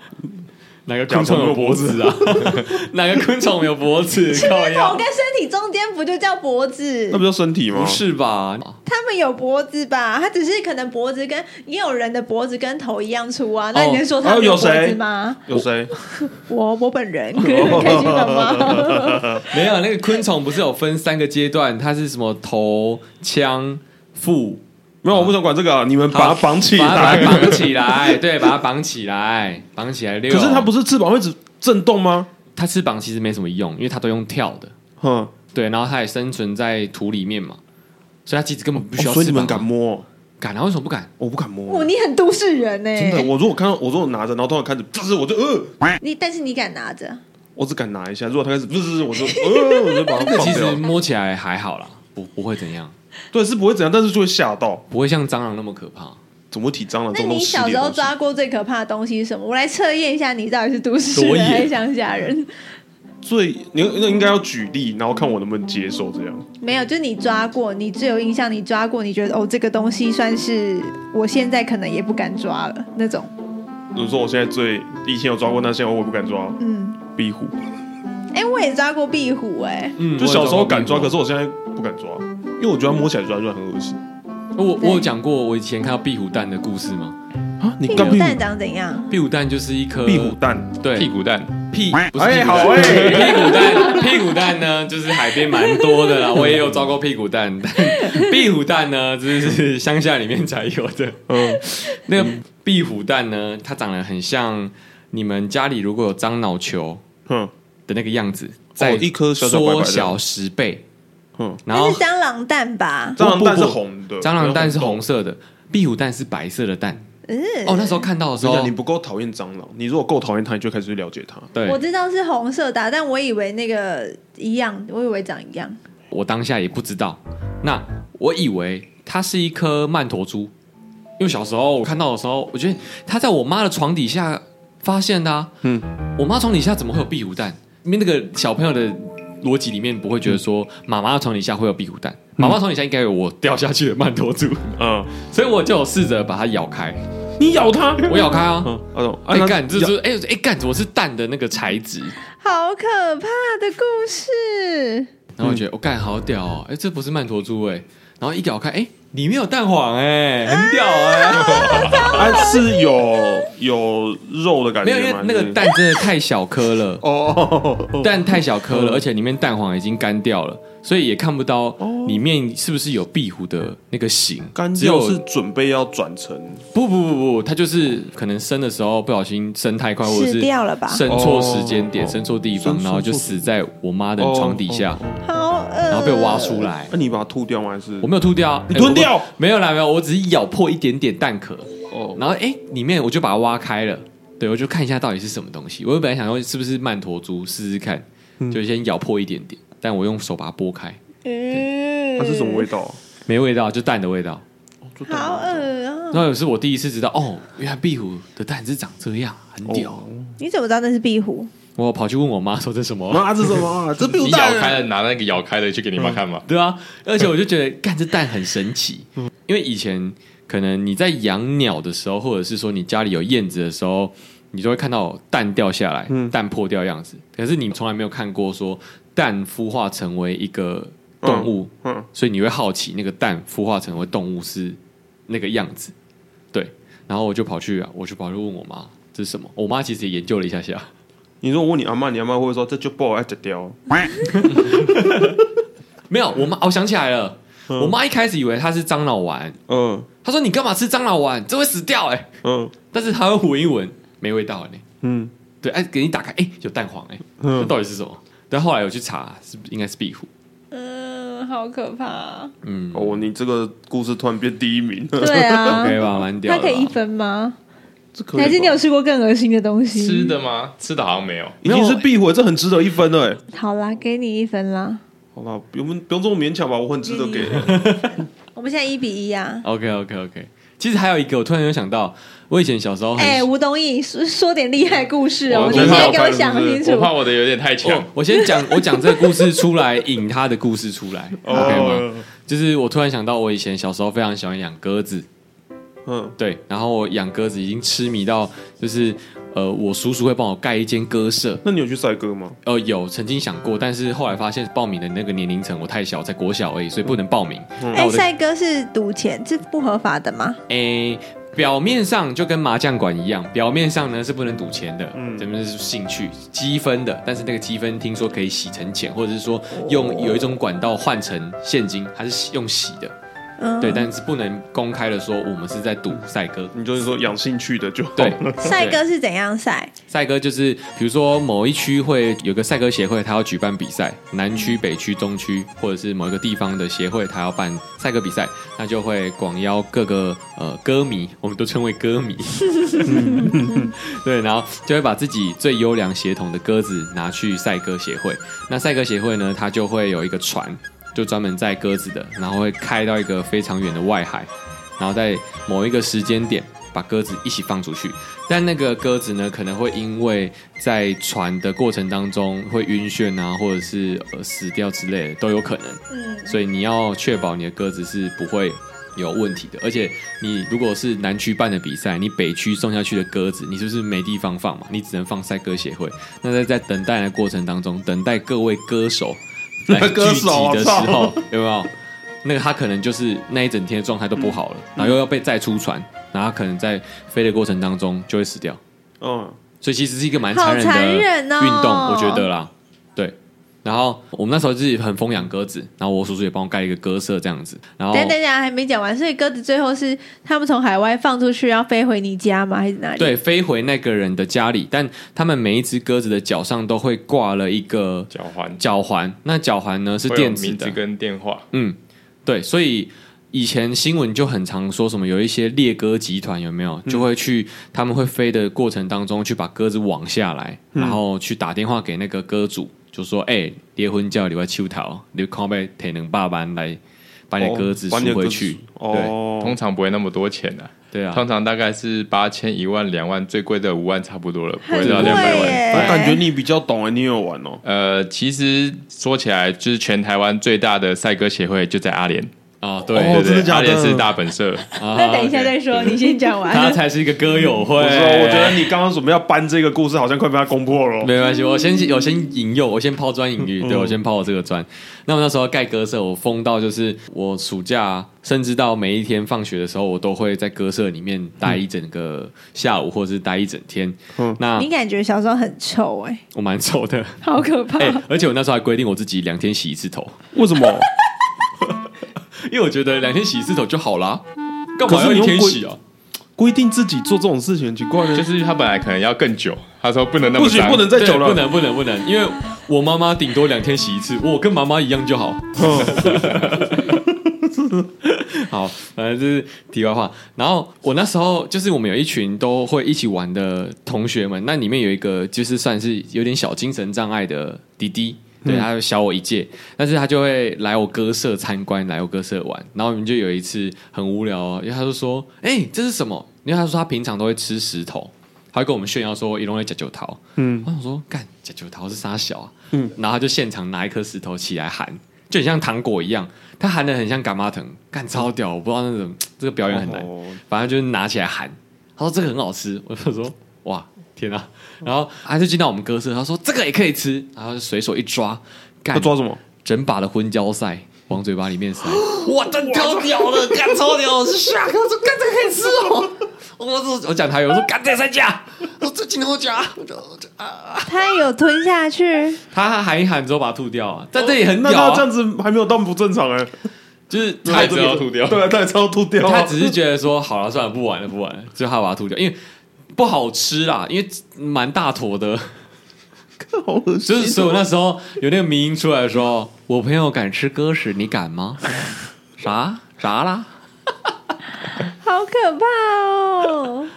Speaker 1: 哪个昆虫有脖子啊？ 哪个昆虫有脖子？靠
Speaker 3: 头
Speaker 1: 腰
Speaker 3: 跟身体中间不就叫脖子
Speaker 2: 那？不叫身体吗？
Speaker 1: 不，是吧？
Speaker 3: 他们有脖子吧？他只是可能脖子跟也有人的脖子跟头一样粗啊。那你能说他
Speaker 2: 哦
Speaker 3: 们
Speaker 2: 有
Speaker 3: 脖
Speaker 2: 谁
Speaker 3: 子吗？
Speaker 2: 有谁？
Speaker 3: 我我本人可以去绑吗？
Speaker 1: 没有，那个昆虫不是有分三个阶段，它是什么头、腔、腹，
Speaker 2: 没有，我不想管这个啊，你们把它绑起
Speaker 1: 哦把它把它
Speaker 2: 来。
Speaker 1: 绑起来，对，把它绑起来，绑起来遛。
Speaker 2: 可是它不，是翅膀会一直震动吗？
Speaker 1: 它翅膀其实没什么用，因为它都用跳的，
Speaker 2: 哼，
Speaker 1: 对，然后它也生存在土里面嘛，所以它其实根本不需要翅膀。
Speaker 2: 哦所以你们敢摸哦？
Speaker 1: 敢啊？为什么不敢？
Speaker 2: 我不敢
Speaker 3: 哇，
Speaker 2: 摸，
Speaker 3: 哦你很都市人呢、
Speaker 2: 真
Speaker 3: 欸
Speaker 2: 的。我如果看到，我如果拿着，然后突然开始，滋，我就呃，
Speaker 3: 你但是你敢拿着？
Speaker 2: 我只敢拿一下。如果它开始，滋，我就呃，我就把它
Speaker 1: 那
Speaker 2: 放
Speaker 1: 其实
Speaker 2: 掉。
Speaker 1: 摸起来还好啦，不不会怎样，
Speaker 2: 对，是不会怎样，但是就会吓到。
Speaker 1: 不会像蟑螂那么可怕。
Speaker 2: 怎么会体蟑螂这
Speaker 3: 那
Speaker 2: 种东
Speaker 3: 你
Speaker 2: 西？
Speaker 3: 小时候抓过最可怕的东西是什么？我来测验一下你到底是都市
Speaker 1: 多
Speaker 3: 人
Speaker 1: 野
Speaker 3: 还是乡下人。
Speaker 2: 最，你那应该要举例，然后看我能不能接受这样。
Speaker 3: 没有，就你抓过，你最有印象，你抓过，你觉得哦，这个东西算是我现在可能也不敢抓了那种。
Speaker 2: 比如说我现在最以前有抓过，但现在我也不敢抓
Speaker 3: 嗯，
Speaker 2: 壁虎。
Speaker 3: 哎、我也抓过壁虎、哎，
Speaker 1: 嗯
Speaker 2: 就小时候敢抓，可是我现在不敢抓，因为我觉得它摸起来软软很恶心
Speaker 1: 哦我我有讲过我以前看到壁虎蛋的故事吗？
Speaker 2: 啊！你
Speaker 3: 壁
Speaker 2: 干
Speaker 3: 虎蛋长怎样？
Speaker 1: 壁虎蛋就是一颗
Speaker 2: 壁虎蛋，
Speaker 1: 对
Speaker 4: 屁股蛋，
Speaker 1: 屁不是
Speaker 2: 哎
Speaker 1: 屁股蛋
Speaker 2: 好哎
Speaker 1: 屁股蛋屁股蛋呢，就是海边蛮多 的啦，我也有抓过屁股蛋，但壁虎蛋呢，就是乡下里面才有的。
Speaker 2: 嗯，
Speaker 1: 那个壁虎蛋呢，它长得很像你们家里如果有樟脑球
Speaker 2: 哼，
Speaker 1: 的那个样子，在
Speaker 2: 哦一颗小小白白
Speaker 1: 缩
Speaker 2: 的
Speaker 1: 小十倍，
Speaker 2: 嗯，
Speaker 1: 然
Speaker 3: 那
Speaker 1: 后
Speaker 3: 是蟑螂蛋吧？
Speaker 2: 蟑螂蛋是
Speaker 1: 不不不
Speaker 2: 红的，
Speaker 1: 蟑螂蛋是红色的，壁虎蛋是白色的蛋。
Speaker 3: 嗯，
Speaker 1: 哦，那时候看到的时
Speaker 2: 等一下。
Speaker 1: 候
Speaker 2: 你，不够讨厌蟑螂，你如果够讨厌它，你就开始去了解它。
Speaker 1: 对
Speaker 3: 我知道是红色的啊，但我以为那个一样，我以为长一样。
Speaker 1: 我当下也不知道。那我以为它是一颗曼陀珠，因为小时候我看到的时候，我觉得它在我妈的床底下发现的、啊。嗯
Speaker 2: 嗯，
Speaker 1: 我妈床底下怎么会有壁虎蛋？因为那个小朋友的逻辑里面不会觉得说妈妈的床底下会有壁虎蛋，妈妈床底下应该有我掉下去的曼陀珠，
Speaker 2: 嗯，
Speaker 1: 所以我就有试着把它咬开。
Speaker 2: 你咬它，
Speaker 1: 我咬开啊。
Speaker 2: 嗯，啊懂
Speaker 1: 哎
Speaker 2: 啊
Speaker 1: 干，这
Speaker 2: 咬
Speaker 1: 就是哎哎干，怎么是蛋的那个材质？
Speaker 3: 好可怕的故事！
Speaker 1: 然后我觉得我干好屌哦，哎，这不是曼陀珠哎，然后一咬开，哎，里面有蛋黄哎，很屌 哎，
Speaker 2: 啊是有有肉的感
Speaker 1: 没有，因
Speaker 2: 觉
Speaker 1: 为
Speaker 2: 吗？
Speaker 1: 那
Speaker 2: 还
Speaker 1: 个
Speaker 2: 是，
Speaker 1: 蛋真的太小颗了
Speaker 2: 哦，
Speaker 1: 蛋太小颗了，而且里面蛋黄已经干掉了，所以也看不到里面是不是有壁虎的那个形，
Speaker 2: 哦干
Speaker 1: 只
Speaker 2: 掉
Speaker 1: 有
Speaker 2: 是准备要转成
Speaker 1: 不不不不，它就是可能生的时候不小心生太快，或者是
Speaker 3: 死掉了吧
Speaker 1: 生错时间点，
Speaker 2: 哦
Speaker 1: 生错地方，
Speaker 2: 生
Speaker 1: 然后
Speaker 2: 生
Speaker 1: 就
Speaker 2: 错
Speaker 1: 死在我妈的床底下
Speaker 2: 哦，呃哦
Speaker 3: 好恶，
Speaker 1: 然后被挖出来。
Speaker 2: 啊那你把它吐掉吗？还是
Speaker 1: 我没有吐掉，
Speaker 2: 你
Speaker 1: 哎
Speaker 2: 吞
Speaker 1: 我不
Speaker 2: 掉
Speaker 1: 没有啦，没有，我只是咬破一点点蛋壳，
Speaker 2: 哦
Speaker 1: 然后哎、里面我就把它挖开了，对我就看一下到底是什么东西。我本来想说是不是曼陀珠试试看，
Speaker 2: 嗯
Speaker 1: 就先咬破一点点，但我用手把它剥开，
Speaker 3: 嗯
Speaker 2: 它是什么味？道啊？
Speaker 1: 没味道，就蛋的味道。
Speaker 2: 哦就蛋
Speaker 3: 好恶啊！
Speaker 1: 那也是我第一次知道，哦，原来壁虎的蛋是长这样，很屌。
Speaker 2: 哦
Speaker 3: 你怎么知道那是壁虎？
Speaker 1: 我跑去问我妈说这什么。
Speaker 2: 妈，这什么啊？这
Speaker 4: 你
Speaker 2: 病
Speaker 4: 咬开了拿那个咬开的去给你妈看嘛？
Speaker 1: 对啊，而且我就觉得干这蛋很神奇，因为以前可能你在养鸟的时候，或者是说你家里有燕子的时候，你就会看到蛋掉下来，蛋破掉样子。可是你从来没有看过说蛋孵化成为一个动物，
Speaker 2: 嗯，
Speaker 1: 所以你会好奇那个蛋孵化成为动物是那个样子，对。然后我就跑去，我就跑去问我妈这是什么，我妈其实也研究了一下下，
Speaker 2: 你说我问你阿妈，你阿妈会说这就不好爱吃掉，
Speaker 1: 没有，我妈，我想起来了，我妈一开始以为它是樟脑丸，
Speaker 2: 嗯
Speaker 1: 她说你干嘛吃樟脑丸，这会死掉哎、
Speaker 2: 嗯
Speaker 1: 但是她会闻一闻，没味道呢、欸
Speaker 2: 嗯，
Speaker 1: 对，哎，给你打开，哎，有蛋黄哎、
Speaker 2: 嗯
Speaker 1: 这到底是什么？但后来我去查，是不应该是壁虎，
Speaker 3: 嗯，好可怕、
Speaker 1: 嗯
Speaker 2: 哦，你这个故事突然变第一名，
Speaker 3: 对 啊，
Speaker 1: ，OK 吧，蛮屌
Speaker 3: 它
Speaker 1: 的吧。
Speaker 3: 可以一分吗？
Speaker 2: 这可以吧
Speaker 3: 还是你有吃过更恶心的东西？
Speaker 4: 吃的吗？吃的好像没有。
Speaker 2: 已经是避讳，这很值得一分了，哎，
Speaker 3: 好啦，给你一分啦。
Speaker 2: 好吧，不用不用这么勉强吧，我很值得给，
Speaker 3: 嗯我们现在一比一啊。
Speaker 1: OK OK OK。其实还有一个，我突然有想到，我以前小时候哦很，
Speaker 3: 哎、吴东义说说点厉害故事哦，
Speaker 4: 我
Speaker 3: 你现在给我想
Speaker 2: 我
Speaker 3: 清楚
Speaker 4: 我。怕我的有点太强
Speaker 1: 我，我先 讲，我讲这个故事出来，引他的故事出来，OK 吗？
Speaker 2: 哦，
Speaker 1: 就是我突然想到，我以前小时候非常喜欢养鸽子，
Speaker 2: 嗯
Speaker 1: 对，然后我养鸽子已经痴迷到，就是呃，我叔叔会帮我盖一间鸽舍，
Speaker 2: 那你有去赛鸽吗？
Speaker 1: 呃，有曾经想过，但是后来发现报名的那个年龄层我太小，在国小而已，所以不能报名。那
Speaker 2: 嗯
Speaker 3: 哎，
Speaker 1: 我的
Speaker 3: 帅哥是赌钱，这不合法的吗？
Speaker 1: 诶、哎表面上就跟麻将馆一样，表面上呢是不能赌钱的，嗯，咱们是兴趣积分的，但是那个积分听说可以洗成钱，或者是说
Speaker 2: 哦
Speaker 1: 用有一种管道换成现金，它是洗用洗的，
Speaker 3: 嗯，
Speaker 1: 对，但是不能公开的说我们是在赌赛鸽。
Speaker 2: 嗯你就是说养兴趣的就好
Speaker 1: 对
Speaker 2: 了，，
Speaker 3: 帅哥是怎样晒？
Speaker 1: 赛鸽就是，比如说某一区会有个赛鸽协会，它要举办比赛，南区、北区、中区，或者是某一个地方的协会，它要办赛鸽比赛，那就会广邀各个呃歌迷， 我们都称为歌迷，对，然后就会把自己最优良协同的鸽子拿去赛鸽协会。那赛鸽协会呢，它就会有一个船，就专门载鸽子的，然后会开到一个非常远的外海，然后在某一个时间点把鸽子一起放出去。但那个鸽子呢，可能会因为在船的过程当中会晕眩啊，或者是呃死掉之类的都有可能。
Speaker 3: 嗯，
Speaker 1: 所以你要确保你的鸽子是不会有问题的。而且你如果是南区办的比赛，你北区送下去的鸽子，你是不是没地方放嘛？你只能放赛鸽协会。那在在等待的过程当中，等待各位歌手来聚
Speaker 2: 歌
Speaker 1: 集
Speaker 2: 手啊
Speaker 1: 的时
Speaker 2: 操
Speaker 1: 候，有没有？那个他可能就是那一整天的状态都不好了，然后又要被再出船，然后他可能在飞的过程当中就会死掉。
Speaker 2: 嗯，
Speaker 1: 所以其实是一个蛮
Speaker 3: 好
Speaker 1: 残忍的
Speaker 3: 残
Speaker 1: 运
Speaker 3: 忍哦
Speaker 1: 动，我觉得啦，对。然后我们那时候就是很疯养鸽子，然后我叔叔也帮我盖一个鸽舍这样子，然后
Speaker 3: 等一下等一下还没讲完，所以鸽子最后是他们从海外放出去，要飞回你家吗？还是哪里？
Speaker 1: 对飞回那个人的家里，但他们每一只鸽子的脚上都会挂了一个
Speaker 4: 交换
Speaker 1: 脚环，那脚环呢是
Speaker 4: 会有
Speaker 1: 电子
Speaker 4: 名字
Speaker 1: 的，
Speaker 4: 跟电话，
Speaker 1: 嗯，对，所以以前新闻就很常说什么有一些猎鸽集团有没有，就会去他们会飞的过程当中去把鸽子网下来，然后去打电话给那个鸽主，就说：“哎、离婚叫你要秋桃，你看被铁能爸爸来哦把你的鸽子
Speaker 2: 把你
Speaker 1: 赎
Speaker 2: 的鸽
Speaker 1: 回
Speaker 2: 子
Speaker 1: 去。
Speaker 2: 哦
Speaker 4: 通，常不会那么多钱的、
Speaker 1: 对啊，
Speaker 4: 通常大概是八千、一万、两万，最贵的五万差不多了，不
Speaker 3: 很
Speaker 4: 会
Speaker 3: 贵
Speaker 4: 到两百万。
Speaker 2: 我
Speaker 3: 耶，
Speaker 2: 啊感觉你比较懂哎，你有玩哦，
Speaker 4: 呃，其实说起来，就是全台湾最大的赛鸽协会就在阿联，
Speaker 1: 啊，对
Speaker 2: 哦
Speaker 4: 对
Speaker 1: 对
Speaker 4: 对
Speaker 2: 真的假的
Speaker 4: 阿联是大本社，
Speaker 3: 那等一下再说，你先讲
Speaker 1: 他
Speaker 3: 完。
Speaker 1: 才是一个歌友会。
Speaker 2: 我说，我觉得你刚刚准备要搬这个故事，好像快被他攻破了哦。
Speaker 1: 没关系，我先我先引诱，我先抛砖引玉，对我先抛我这个砖。那么那时候盖鸽舍，我疯到就是我暑假，甚至到每一天放学的时候，我都会在鸽舍里面待一整个下午，或者是待一整天。
Speaker 2: 嗯
Speaker 1: 那
Speaker 3: 你感觉小时候很臭哎、
Speaker 1: 我蛮丑的，
Speaker 3: 好可怕！
Speaker 1: 哎、而且我那时候还规定我自己两天洗一次头，
Speaker 2: 为什么？
Speaker 1: 因为我觉得两天洗一次头就好啦，干
Speaker 2: 可
Speaker 1: 嘛
Speaker 2: 是
Speaker 1: 要
Speaker 2: 你
Speaker 1: 一
Speaker 2: 又
Speaker 1: 天
Speaker 2: 规
Speaker 1: 洗啊？
Speaker 2: 规定自己做这种事情很奇怪呢？
Speaker 4: 就是他本来可能要更久，他说不能那么
Speaker 2: 不行，
Speaker 4: 长
Speaker 2: 不能再久了，
Speaker 1: 对不能不能不能，因为我妈妈顶多两天洗一次，我跟妈妈一样就好。
Speaker 2: 哦
Speaker 1: 好，反正就是题外话。然后我那时候就是我们有一群都会一起玩的同学们，那里面有一个就是算是有点小精神障碍的弟弟，
Speaker 2: 嗯
Speaker 1: 对，他小我一届，但是他就会来我歌社参观，来我歌社玩。然后我们就有一次很无聊、哦，因为他就说：“哎、这是什么？”因为他说他平常都会吃石头，他会跟我们炫耀说一龙会假酒桃。
Speaker 2: 嗯
Speaker 1: 我想说，干假酒桃是啥小啊？然后他就现场拿一颗石头起来含，就很像糖果一样，他含的很像感冒藤，干超屌，我不知道那种这个表演很难，
Speaker 2: 哦
Speaker 1: 反正就是拿起来含，他说这个很好吃，我就说哇天啊，然后他就进到我们歌社，他说这个也可以吃，然后就随手一抓，
Speaker 2: 要
Speaker 1: 干
Speaker 2: 抓什么？
Speaker 1: 整把的婚胶塞，往嘴巴里 面塞。哇，真超屌的，干超屌！我是下课，我说干这个可以吃哦。 我我我讲台语，我说干这个三甲， 我这镜头夹，我就我就啊，
Speaker 3: 他有吞下去，
Speaker 1: 他喊一喊之后把它吐掉啊，但这也很
Speaker 2: 那
Speaker 1: 屌、
Speaker 2: 他这
Speaker 1: 啊
Speaker 2: 样，子还没有到不正常哎、
Speaker 1: 就是
Speaker 4: 他
Speaker 1: 他
Speaker 4: 也知道吐掉，
Speaker 2: 对啊，他也超吐掉、
Speaker 1: 他
Speaker 2: 啊，
Speaker 1: 只是觉得说好了，算了，不玩了，不玩了，最后他把它吐掉，因为不好吃啦，因为蛮大坨的。
Speaker 2: 好恶
Speaker 1: 就
Speaker 2: 心哦
Speaker 1: 是所以我那时候有那个迷音出来的时候，我朋友敢吃鸽屎，你敢 吗？啥啥啦？
Speaker 3: 好可怕哦！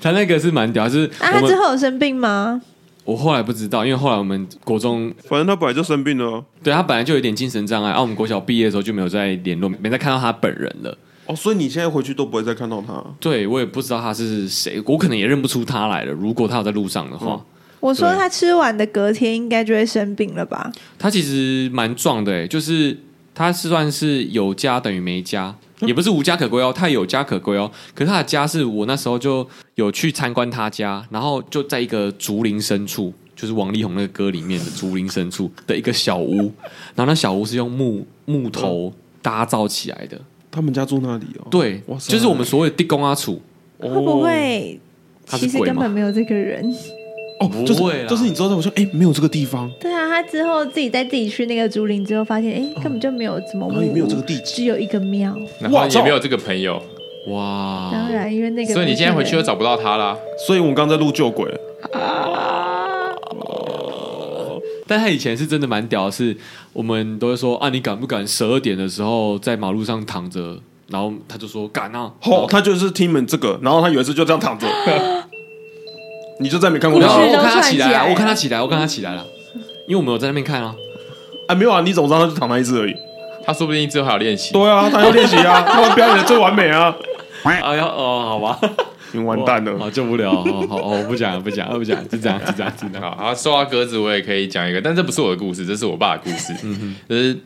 Speaker 1: 他那个是蛮屌，就是
Speaker 3: 啊，
Speaker 1: 我
Speaker 3: 他之
Speaker 1: 们
Speaker 3: 后有生病吗？
Speaker 1: 我后来不知道，因为后来我们国中
Speaker 2: 反正他本来就生病了啊、
Speaker 1: 对他本来就有点精神障碍，啊，我们国小毕业的时候就没有再联络，没再看到他本人了。
Speaker 2: 哦，所以你现在回去都不会再看到他。
Speaker 1: 对我也不知道他是谁，我可能也认不出他来了。如果他有在路上的话，
Speaker 2: 嗯
Speaker 3: 我说
Speaker 1: 对
Speaker 3: 他吃完的隔天应该就会生病了吧？
Speaker 1: 他其实蛮壮的、欸，就是他是算是有家等于没家，
Speaker 2: 嗯
Speaker 1: 也不是无家可归哦，他有家可归哦。可是他的家是我那时候就有去参观他家，然后就在一个竹林深处，就是王力宏那个歌里面的竹林深处的一个小屋，然后那小屋是用木木头搭造起来的，
Speaker 2: 他们家住那里哦？
Speaker 1: 对，
Speaker 2: 嗯哇塞
Speaker 1: 就是我们所谓的地公阿楚，
Speaker 2: 哦，
Speaker 3: 会不会
Speaker 1: 他
Speaker 3: 其
Speaker 1: 是
Speaker 3: 实
Speaker 1: 鬼
Speaker 3: 根本
Speaker 1: 吗？
Speaker 3: 没有这个人？
Speaker 2: 哦，就
Speaker 1: 不会
Speaker 2: 是
Speaker 1: 啦
Speaker 2: 就是你知道在我说，哎、没有这个地方，
Speaker 3: 对啊，他之后自己在自己去那个竹林之后，发现哎、根本就没有怎么
Speaker 2: 然后也没有这个地址
Speaker 3: 只有一个庙。
Speaker 4: 然后
Speaker 2: 哇
Speaker 4: 也
Speaker 2: 操
Speaker 4: 没有这个朋友，
Speaker 1: 哇，
Speaker 3: 当然，因为那个
Speaker 4: 所以你现在回去
Speaker 3: 就
Speaker 4: 又找不到他啦。
Speaker 2: 所以我们刚刚在录救鬼，
Speaker 1: 但他以前是真的蛮屌的是，我们都会说啊，你敢不敢十二点的时候在马路上躺着？然后他就说敢啊，
Speaker 2: 哦，他就是听你们这个，然后他有一次就这样 躺着，你就再没看过
Speaker 1: 然
Speaker 2: 他
Speaker 1: 后
Speaker 3: 故事
Speaker 1: 我
Speaker 3: 都
Speaker 1: 看他
Speaker 3: 串
Speaker 1: 起
Speaker 3: 起
Speaker 1: 来啊，
Speaker 3: 来
Speaker 1: 我看他起来，我看他起来了，因为我们有在那边看啊，
Speaker 2: 啊？没有啊，你怎么知道他就躺那一只而已？
Speaker 4: 他说不定之后还有练习。
Speaker 2: 对啊，他要练习 啊，他要表演的最完美啊，
Speaker 1: 哎呀哦，好吧，
Speaker 2: 你完蛋了，
Speaker 1: 好救不了，好好，我不讲了，不讲了，不讲了，就这样，就这样，就这样。
Speaker 4: 好，好，说到鸽子，我也可以讲一个，但这不是我的故事，这是我爸的故事。
Speaker 2: 嗯
Speaker 4: 就是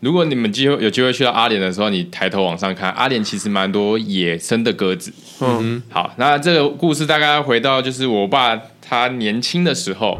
Speaker 4: 如果你们机会有机会去到阿联的时候，你抬头往上看，阿联其实蛮多野生的鸽子。
Speaker 2: 嗯，
Speaker 4: 好，那这个故事大概回到就是我爸他年轻的时候，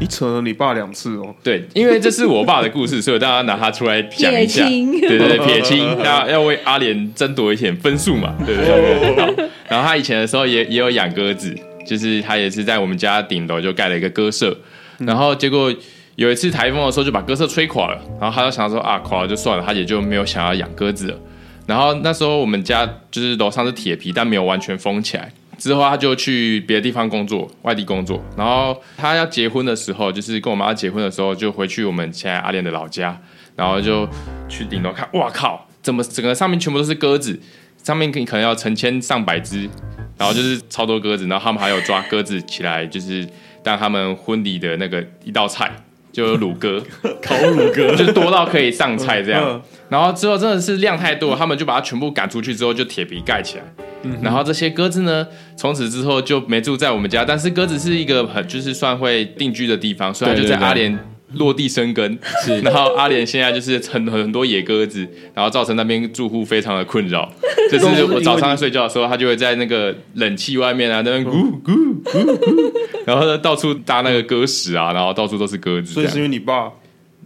Speaker 2: 你扯了你爸两次哦，
Speaker 4: 对，因为这是我爸的故事，所以大家拿他出来讲一下。
Speaker 3: 撇清
Speaker 4: 对 对对，撇清，那要为阿莲争夺一点分数嘛，对不对？好然后他以前的时候也也有养鸽子，就是他也是在我们家顶楼就盖了一个鸽舍，然后结果有一次台风的时候就把鸽舍吹垮了，然后他就想说啊垮了就算了，他也就没有想要养鸽子了。然后那时候我们家就是楼上是铁皮，但没有完全封起来。之后他就去别的地方工作，外地工作。然后他要结婚的时候，就是跟我妈结婚的时候，就回去我们现在阿莲的老家，然后就去顶楼看，哇靠，怎么整个上面全部都是鸽子？上面可能要成千上百只，然后就是超多鸽子，然后他们还有抓鸽子起来，就是当他们婚礼的那个一道菜，就是卤鸽，烤卤鸽，就是多到可以上菜这样。
Speaker 2: 嗯
Speaker 4: 然后之后真的是量太多，他们就把它全部赶出去之后，就铁皮盖起来。然后这些鸽子呢，从此之后就没住在我们家，但是鸽子是一个很就是算会定居的地方，所以它
Speaker 1: 对
Speaker 4: 就
Speaker 1: 对
Speaker 4: 在
Speaker 1: 对
Speaker 4: 阿联落地生根。是，然后阿联现在就是很很多野鸽子，然后造成那边住户非常的困 扰。就是我早上睡觉的时候，它就会在那个冷气外面啊，那边咕
Speaker 2: 嗯
Speaker 4: 咕咕咕，然后呢到处搭那个鸽屎啊，然后到处都是鸽子
Speaker 2: 所
Speaker 4: 这
Speaker 2: 以是因
Speaker 4: 样。
Speaker 2: 为你爸，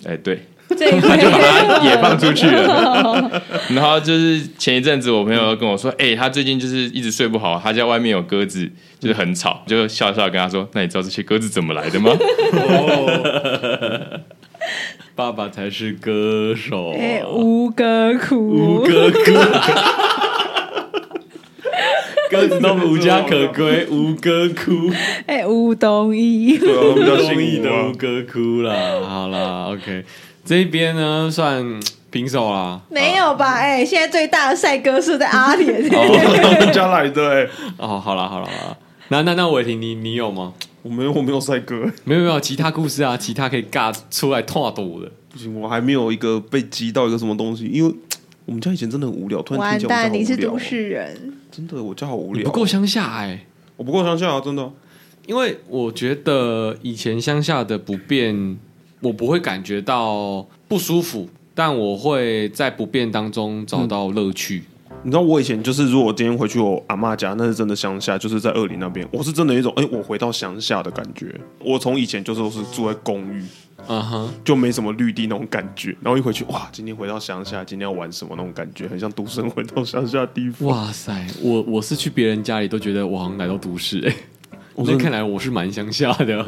Speaker 4: 哎，对。
Speaker 3: 这一块
Speaker 4: 就把它也放出去了。 然后就是前一阵子，我朋友跟我说，哎、他最近就是一直睡不好，他家外面有鸽子，就是很吵，就笑笑地跟他说，那你知道这些鸽子怎么 来的吗？
Speaker 1: 爸爸才是歌手，
Speaker 3: 哎，吴哥
Speaker 1: 吴
Speaker 3: 窟，
Speaker 1: 哥哥，鸽子都无家可归，吴哥哭。
Speaker 3: 哎，吴东一，
Speaker 2: 对啊，比较
Speaker 1: 容易
Speaker 2: 幸福
Speaker 1: 的
Speaker 2: 啊
Speaker 1: 吴，哥哭啦。好啦 o k 这边呢算嗯平手啦。
Speaker 3: 没有吧？哎，现在最大的帅哥是在阿联，
Speaker 2: 他们家来的哎、
Speaker 1: 哦，好啦，好啦，好啦。那那那伟霆，你你有吗？
Speaker 2: 我没有我没有帅哥、
Speaker 1: 没有没有，其他故事啊，其他可以尬出来拓赌的。
Speaker 2: 不行，我还没有一个被激到一个什么东西，因为我们家以前真的很无聊，突然
Speaker 3: 完
Speaker 2: 听起来我
Speaker 3: 蛋，
Speaker 2: 们
Speaker 3: 你
Speaker 2: 家好
Speaker 3: 是
Speaker 2: 无聊哦、
Speaker 3: 都市人，
Speaker 2: 真的，我家好无
Speaker 1: 你
Speaker 2: 聊，
Speaker 1: 不够，乡下哎、
Speaker 2: 我不够乡下啊，真的啊、
Speaker 1: 因为我觉得以前乡下的不便，我不会感觉到不舒服，但我会在不便当中找到乐趣。
Speaker 2: 你知道我以前就是，如果我今天回去我阿嬷家，那是真的乡下，就是在二林那边，我是真的有一种哎、我回到乡下的感觉。我从以前就是都是住在公寓，
Speaker 1: 啊哈，
Speaker 2: 就没什么绿地那种感觉。然后一回去，哇，今天回到乡下，今天要玩什么那种感觉，很像独生回到乡下的地方。
Speaker 1: 哇塞，我我是去别人家里都觉得我好像来到都市哎、
Speaker 2: 我
Speaker 1: 那
Speaker 2: 真的
Speaker 1: 看来我是蛮乡下的。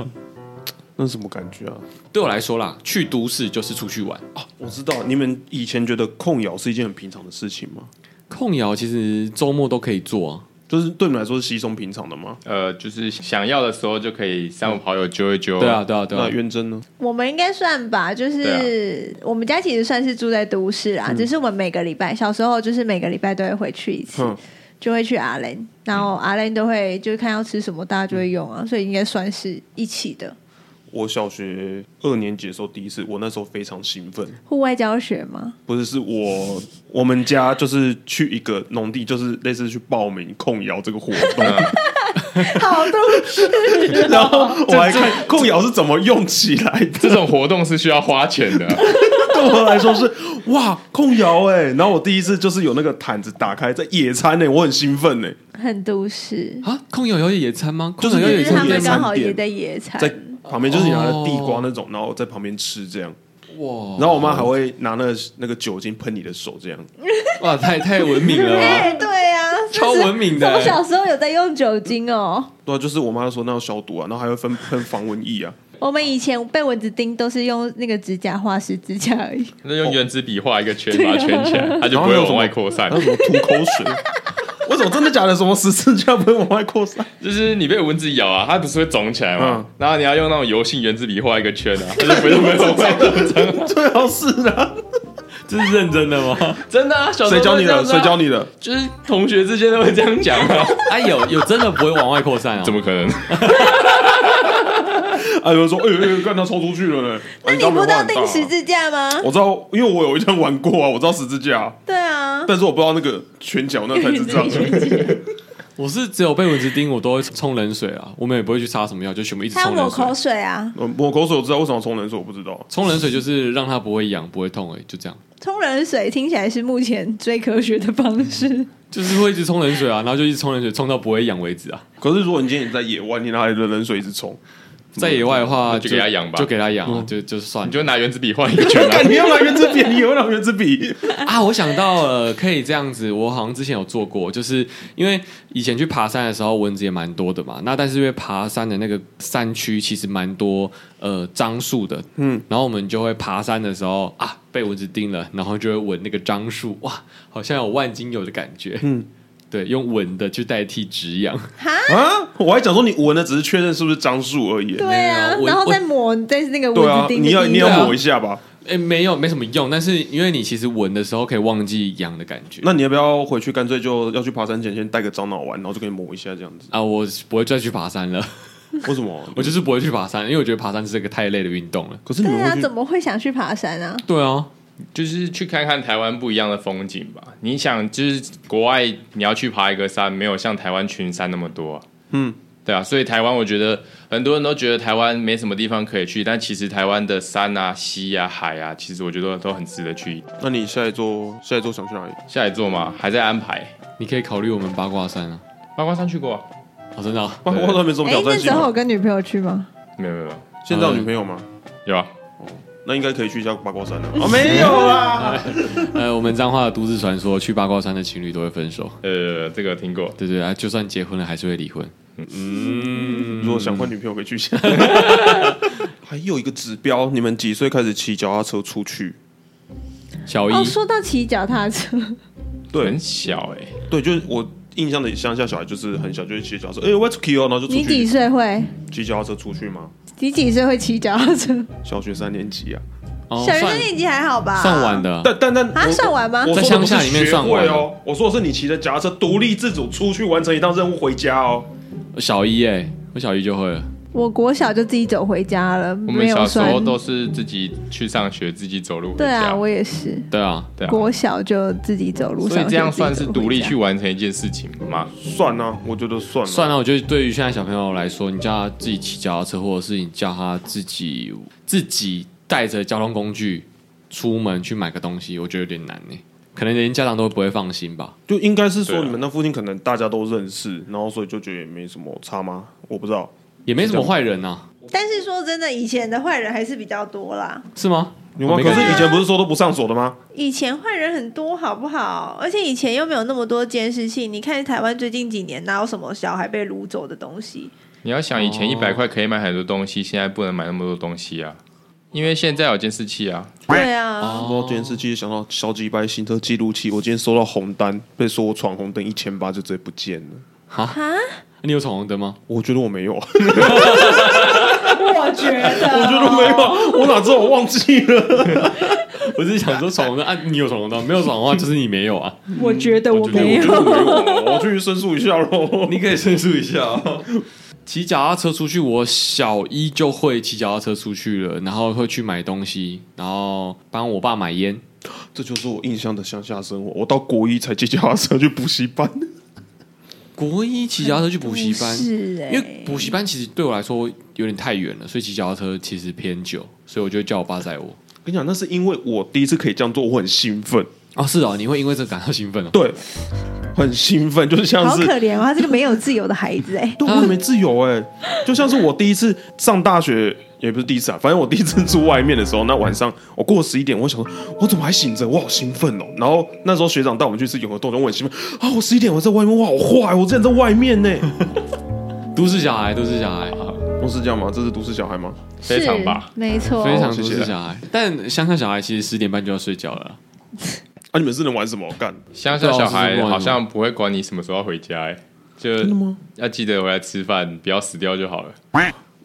Speaker 2: 那是什么感觉啊？
Speaker 1: 对我来说啦，去都市就是出去玩。
Speaker 2: 我知道你们以前觉得控窑是一件很平常的事情吗？
Speaker 1: 控窑其实周末都可以做、啊，
Speaker 2: 就是对你们来说是稀松平常的吗？
Speaker 4: 呃，就是想要的时候就可以三五好友揪一揪。
Speaker 1: 对啊，，对啊，对
Speaker 2: 那
Speaker 1: 啊。
Speaker 2: 元真呢？
Speaker 3: 我们应该算吧，就是、我们家其实算是住在都市啦，只是我们每个礼拜小时候就是每个礼拜都会回去一次，
Speaker 2: 哼，
Speaker 3: 就会去阿兰，然后阿兰都会就是看要吃什么，大家就会用啊，所以应该算是一起的
Speaker 2: 我小学二年级的时候第一次，我那时候非常兴奋，
Speaker 3: 户外教学嘛。
Speaker 2: 不是，是我我们家就是去一个农地，就是类似去报名控窑这个活 动，
Speaker 3: 好都市，
Speaker 2: 然后我还看 控窑是怎么用起来的。
Speaker 4: 这种活动是需要花钱 的。啊
Speaker 2: 对我来说是哇控窑哎、然后我第一次就是有那个毯子打开在野餐哎、我很兴奋哎、
Speaker 3: 很都市，
Speaker 1: 啊，控窑有野餐吗？
Speaker 2: 就是
Speaker 1: 控窑有
Speaker 3: 就
Speaker 1: 野
Speaker 3: 是他
Speaker 1: 餐
Speaker 3: 们
Speaker 1: 店
Speaker 3: 刚
Speaker 1: 吗？
Speaker 3: 好也在野餐，
Speaker 2: 在
Speaker 1: 哦
Speaker 2: 旁边就是你拿的地瓜那种，然后在旁边吃这样，
Speaker 1: 哇，
Speaker 2: 然后我妈还会拿那个那个酒精喷你的手这样，
Speaker 1: 哇，太太文明 了
Speaker 3: 哎、
Speaker 1: 吧？
Speaker 3: 对啊，
Speaker 1: 超文明的
Speaker 3: 我小时候有在用酒精哦。
Speaker 2: 对、啊，就是我妈说那要消毒啊，然后还会分喷防蚊液啊，
Speaker 3: 我们以前被蚊子叮都是用那个指甲画石指甲而已，
Speaker 4: 那用原子笔画一个圈，把它圈起来，它就
Speaker 2: 哦然
Speaker 4: 不
Speaker 2: 后还
Speaker 4: 会
Speaker 2: 有什么
Speaker 4: 往
Speaker 2: 嗯
Speaker 4: 外扩散
Speaker 2: 还。有什么吐口水。 为什么真的假的？什么十字架不会往外扩散？
Speaker 4: 就是你被蚊子咬啊，它不是会肿起来吗？
Speaker 2: 嗯
Speaker 4: 然后你要用那种油性原子笔画一个圈啊，它就不会往 外扩散。
Speaker 2: 最好是啊，
Speaker 1: 这是认真的吗？
Speaker 4: 真的啊，小时
Speaker 2: 谁
Speaker 4: 候都
Speaker 2: 教
Speaker 4: 会
Speaker 2: 你
Speaker 4: 这样
Speaker 2: 的？
Speaker 4: 子啊
Speaker 2: 谁教？你的？
Speaker 4: 就是同学之间都会这样讲啊，
Speaker 1: 哎，有有真的不会往外扩散啊？
Speaker 4: 怎么可能？
Speaker 2: 哦哎有人说，哎呦哎呦，干他抽出去了呢。
Speaker 3: 那
Speaker 2: 哎
Speaker 3: 你不知 道
Speaker 2: 你知道没
Speaker 3: 钉
Speaker 2: 有啊
Speaker 3: 十字架吗？
Speaker 2: 我知道，因为我有一张玩过啊，我知道十字架啊，
Speaker 3: 对啊，
Speaker 2: 但是我不知道那个拳脚 那才智障。
Speaker 1: 我是只有被蚊子叮，我都会冲冷水啊，我们也不会去擦什么药，就全部一直
Speaker 3: 他要
Speaker 1: 冲
Speaker 3: 抹
Speaker 1: 冷水
Speaker 3: 口。水啊，
Speaker 2: 呃抹口水我知道，为什么冲冷水我不知道。啊
Speaker 1: 冲冷水就是让它不会痒、不会痛、哎，就这样，
Speaker 3: 冲冷水听起来是目前最科学的方式。
Speaker 1: 就是会一直冲冷水啊，然后就一直冲冷水，冲到不会痒为止啊。
Speaker 2: 可是如果你今天你在野外，你拿来的冷水一直冲，
Speaker 1: 在野外的话，
Speaker 4: 那就给它痒吧
Speaker 1: 就给它痒啊，就就算
Speaker 4: 嗯
Speaker 1: 了。
Speaker 4: 你就拿原子笔画一个圈啊
Speaker 2: 干，你要拿原子笔， 你也会拿原子笔。
Speaker 1: 啊，我想到了，可以这样子，我好像之前有做过，就是因为以前去爬山的时候，蚊子也蛮多的嘛。那但是因为爬山的那个山区其实蛮多呃樟树的，嗯，然后我们就会爬山的时候啊，被蚊子叮了，然后就会闻那个樟树，哇，好像有万金油的感觉，嗯。对，用闻的去代替止痒，
Speaker 2: 啊！我还想说，你闻的只是确认是不是樟树而已。
Speaker 3: 对啊
Speaker 1: 没有，我
Speaker 3: 然后再抹，再是那个蚊
Speaker 2: 对啊
Speaker 3: 子，叮的
Speaker 2: 你要
Speaker 3: 地
Speaker 2: 你
Speaker 1: 对啊
Speaker 2: 要
Speaker 3: 方
Speaker 2: 抹一下吧。
Speaker 1: 哎，没有，没什么用。但是因为你其实闻的时候可以忘记痒的感觉。
Speaker 2: 那你要不要回去？干脆就要去爬山前先带个樟脑丸，然后就给你抹一下这 样子。
Speaker 1: 啊，我不会再去爬山了，
Speaker 2: 为什么？
Speaker 1: 我就是不会去爬山，因为我觉得爬山是个太累的运动了。
Speaker 2: 可是你
Speaker 3: 对
Speaker 2: 们
Speaker 3: 啊，
Speaker 2: 会去
Speaker 3: 怎么会想去爬山啊？
Speaker 1: 对啊，
Speaker 4: 就是去看看台湾不一样的风景吧。你想，就是国外你要去爬一个山，没有像台湾群山那么多、啊。
Speaker 2: 嗯，
Speaker 4: 对啊，所以台湾我觉得很多人都觉得台湾没什么地方可以去，但其实台湾的山啊、溪啊、海啊，其实我觉得都很值得去。
Speaker 2: 那你下一座下一座想去哪 里？
Speaker 4: 下一座嘛，还在安排。
Speaker 1: 你可以考虑我们八卦山啊，
Speaker 4: 八卦山去过、啊？
Speaker 1: 哦，真的、啊，
Speaker 2: 哇，
Speaker 4: 对
Speaker 2: 我都没什么
Speaker 3: 哎
Speaker 2: 挑，
Speaker 3: 那
Speaker 2: 战
Speaker 3: 时
Speaker 2: 性
Speaker 3: 候
Speaker 2: 吗。
Speaker 3: 有跟女朋友去吗？
Speaker 4: 没有没有没有，
Speaker 2: 现在有女朋友吗？
Speaker 4: 有啊。
Speaker 2: 那应该可以去一下八卦山了。
Speaker 3: 嗯
Speaker 2: 啊，没有啦。
Speaker 1: 呃，我们彰化的都市传说，去八卦山的情侣都会分手，
Speaker 4: 呃，这个听过。
Speaker 1: 对对啊，就算结婚了还是会离婚。
Speaker 3: 嗯
Speaker 2: 如果想换女朋友，可以去一下。 还有一个指标，你们几岁开始骑脚踏车出去？
Speaker 1: 小一、
Speaker 3: 哦，说到骑脚踏车，
Speaker 2: 对
Speaker 4: 很小哎、
Speaker 2: 对，就是我印象的乡下小孩，就是很小就会骑脚踏车，哎、我要出去哦，然后就出
Speaker 3: 你几
Speaker 2: 去
Speaker 3: 岁会？
Speaker 2: 骑脚踏车出去嘛。
Speaker 3: 你几岁会骑脚踏车？
Speaker 2: 小学三年级啊，
Speaker 1: 哦
Speaker 3: 小学
Speaker 1: 算
Speaker 3: 生年纪还好吧？
Speaker 1: 算晚。的啊，
Speaker 2: 但但但
Speaker 3: 啊
Speaker 2: 我
Speaker 3: 算完吗
Speaker 2: 我
Speaker 1: 在
Speaker 2: 说的
Speaker 1: 乡
Speaker 2: 不
Speaker 1: 下
Speaker 2: 是
Speaker 1: 里面
Speaker 2: 学
Speaker 1: 算
Speaker 2: 会
Speaker 1: 完
Speaker 2: 哦，我说的是你骑着脚踏车独立自主出去完成一趟任务回家哦。
Speaker 1: 小一哎、我小一就会了。
Speaker 3: 我国小就自己走回家了，
Speaker 4: 我
Speaker 3: 没
Speaker 4: 们
Speaker 3: 有
Speaker 4: 小时
Speaker 3: 算。
Speaker 4: 候都是自己去上学，自己走路回
Speaker 3: 对
Speaker 4: 家。
Speaker 3: 啊，我也是。
Speaker 1: 对啊，
Speaker 4: 对啊。
Speaker 3: 国小就自己走路，
Speaker 4: 所以这样算
Speaker 3: 上学自
Speaker 4: 是
Speaker 3: 己走
Speaker 4: 独
Speaker 3: 回
Speaker 4: 立
Speaker 3: 家
Speaker 4: 去完成一件事情吗？
Speaker 2: 算啊，我觉得算了。
Speaker 1: 算了，我觉得对于现在小朋友来说，你叫他自己骑脚踏车，或者是你叫他自己自己带着交通工具出门去买个东西，我觉得有点难呢、可能连家长都不会放心吧。
Speaker 2: 就应该是
Speaker 4: 对
Speaker 2: 说
Speaker 4: 啊
Speaker 2: 你们那附近可能大家都认识，然后所以就觉得也没什么差吗？我不知道。
Speaker 1: 也没什么坏人啊。
Speaker 3: 但是说真的，以前的坏人还是比较多啦。
Speaker 1: 是吗？
Speaker 2: 有吗？
Speaker 1: 哦我没
Speaker 2: 可
Speaker 1: 感
Speaker 2: 是
Speaker 1: 觉
Speaker 2: 以前不是说都不上锁的吗？
Speaker 3: 以前坏人很多，好不好？而且以前又没有那么多监视器。你看台湾最近几年哪有什么小孩被掳走的东西？
Speaker 4: 你要想以前
Speaker 1: 哦
Speaker 4: 一百块可以买很多东西，现在不能买那么多东西啊，因为现在有监视器啊。
Speaker 3: 对啊，
Speaker 1: 哦
Speaker 2: 然后监视器想到小几百行车记录器，我今天收到红单，被说我闯红灯一千八，就直接不见了。
Speaker 3: 啊，
Speaker 1: 你有闯红灯吗？
Speaker 2: 我觉得我没有，我
Speaker 3: 我觉得，
Speaker 2: 觉得没有，我哪知道我忘记了。
Speaker 1: 我只是想说闯红灯啊，你有闯红灯，没有闯的话就是你没有啊，
Speaker 3: 我觉得我没
Speaker 2: 我觉得
Speaker 3: 有。
Speaker 2: 没有，啊我去申诉一下喽。
Speaker 1: 你可以申诉一下、哦骑脚踏车出去，我小一就会骑脚踏车出去了，然后会去买东西，然后帮我爸买烟。
Speaker 2: 这就是我印象的乡下生活。我到国一才借脚踏车去补习班，
Speaker 1: 国一骑脚踏车去补习班，
Speaker 3: 是
Speaker 1: 因为
Speaker 3: 哎，
Speaker 1: 补习班其实对我来说有点太远了，所以骑脚踏车其实偏久，所以我就叫我爸载我。
Speaker 2: 跟你讲，那是因为我第一次可以这样做，我很兴奋，
Speaker 1: 哦，是哦，你会因为这感到兴奋哦。
Speaker 2: 对，很兴奋，就是像
Speaker 3: 好
Speaker 2: 是
Speaker 3: 可怜哦，他是个没有自由的孩子哎。
Speaker 2: 对，我也没自由哎、就像是我第一次上大学，也不是第一次啊，反正我第一次住外面的时候，那晚上我过十一点，我想说，我怎么还醒着？我好兴奋哦！然后那时候学长带我们去吃永和豆浆，我很兴奋啊！我十一点我在外面，我好坏，我竟然在外面呢、
Speaker 1: 都市小孩，都市小孩，
Speaker 2: 我是这样吗？这是都市小孩吗？
Speaker 4: 非常吧
Speaker 3: 是，没错，
Speaker 1: 非常
Speaker 2: 谢
Speaker 1: 都
Speaker 2: 谢
Speaker 1: 市小孩。但乡下小孩其实十点半就要睡觉了。
Speaker 2: 啊，你们是能玩什么？干，
Speaker 4: 乡下小
Speaker 1: 对啊是这
Speaker 4: 孩
Speaker 1: 样
Speaker 4: 好像不会管你什么时候要回家、欸，就
Speaker 2: 真的吗？
Speaker 4: 要记得回来吃饭，不要死掉就好了。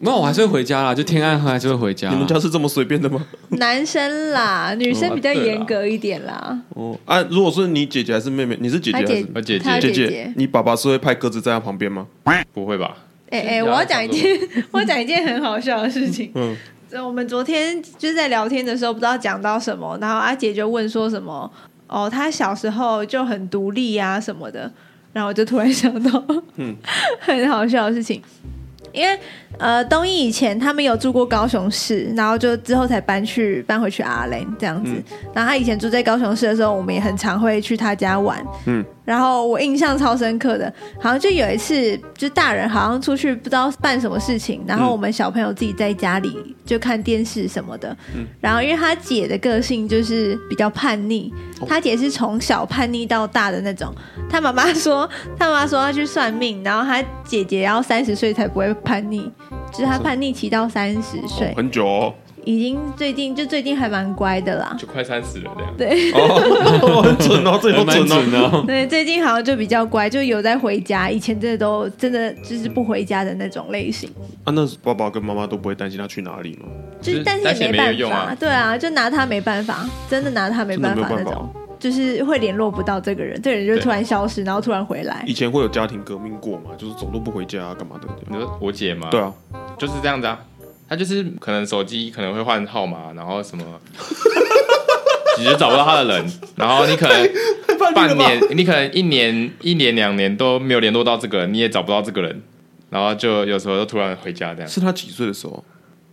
Speaker 1: 那哦我还是会回家啦，就天暗还是会回家。
Speaker 2: 你们家是这么随便的吗？
Speaker 3: 男生啦，女生比较严格一点啦。
Speaker 2: 哦啊，如果是你姐姐还是妹妹，你是姐姐
Speaker 3: 他
Speaker 2: 还
Speaker 3: 姐
Speaker 2: 是，啊
Speaker 4: 我姐姐
Speaker 3: 他
Speaker 2: 姐
Speaker 3: 姐
Speaker 2: 姐？。你爸爸是会派鸽子在她旁边吗？
Speaker 4: 不会吧？
Speaker 3: 哎哎，我要讲一件， 我要讲一件很好笑的事情。
Speaker 2: 嗯，
Speaker 3: 这我们昨天就是在聊天的时候，不知道讲到什么，然后阿姐就问说什么哦，她小时候就很独立啊什么的，然后我就突然想到，嗯， 很好笑的事情，因为呃，东一以前他们有住过高雄市，然后就之后才搬去搬回去阿雷这样子。然后他以前住在高雄市的时候，我们也很常会去他家玩，
Speaker 2: 嗯
Speaker 3: 嗯，然后我印象超深刻的，好像就有一次，就大人好像出去不知道办什么事情，然后我们小朋友自己在家里就看电视什么的。然后因为他姐的个性就是比较叛逆，他姐是从小叛逆到大的那种。他妈妈说，他妈妈说要去算命，然后他姐姐要三十岁才不会叛逆，就是他叛逆期到三十岁，
Speaker 2: 很久哦，
Speaker 3: 已经最近就最近还蛮乖的啦。
Speaker 4: 就快三十了这样。
Speaker 3: 对
Speaker 2: 哦很准哦，这有
Speaker 1: 还蛮
Speaker 2: 准哦
Speaker 1: 准。的哦。
Speaker 3: 对，最近好像就比较乖，就有在回家，以前真的都真的就是不回家的那种类型。
Speaker 2: 啊，那爸爸跟妈妈都不会担心他去哪里吗？
Speaker 3: 就是但
Speaker 4: 但
Speaker 3: 是
Speaker 4: 是也
Speaker 3: 也
Speaker 4: 没
Speaker 3: 没办
Speaker 4: 有用
Speaker 3: 法，
Speaker 4: 啊
Speaker 3: 对啊，就拿他没办法，真的拿他没
Speaker 2: 真的
Speaker 3: 办
Speaker 2: 没有
Speaker 3: 法那
Speaker 2: 办法
Speaker 3: 种
Speaker 2: 哦。。
Speaker 3: 就是会联络不到这个人，这个人就
Speaker 4: 对
Speaker 3: 突然消失，然后突然回来
Speaker 2: 以。前会有家庭革命过嘛，就是走路不回家、啊、干嘛的？
Speaker 4: 你说我姐吗？
Speaker 2: 对，啊，
Speaker 4: 就是这样子啊。她就是可能手机可能会换号码，然后什么，你就找不到她的人，然后你可能半年，你可能一年、一年、两年都没有联络到这个人，你也找不到这个人，然后就有时候就突然回家这样。
Speaker 2: 是他几岁的时候？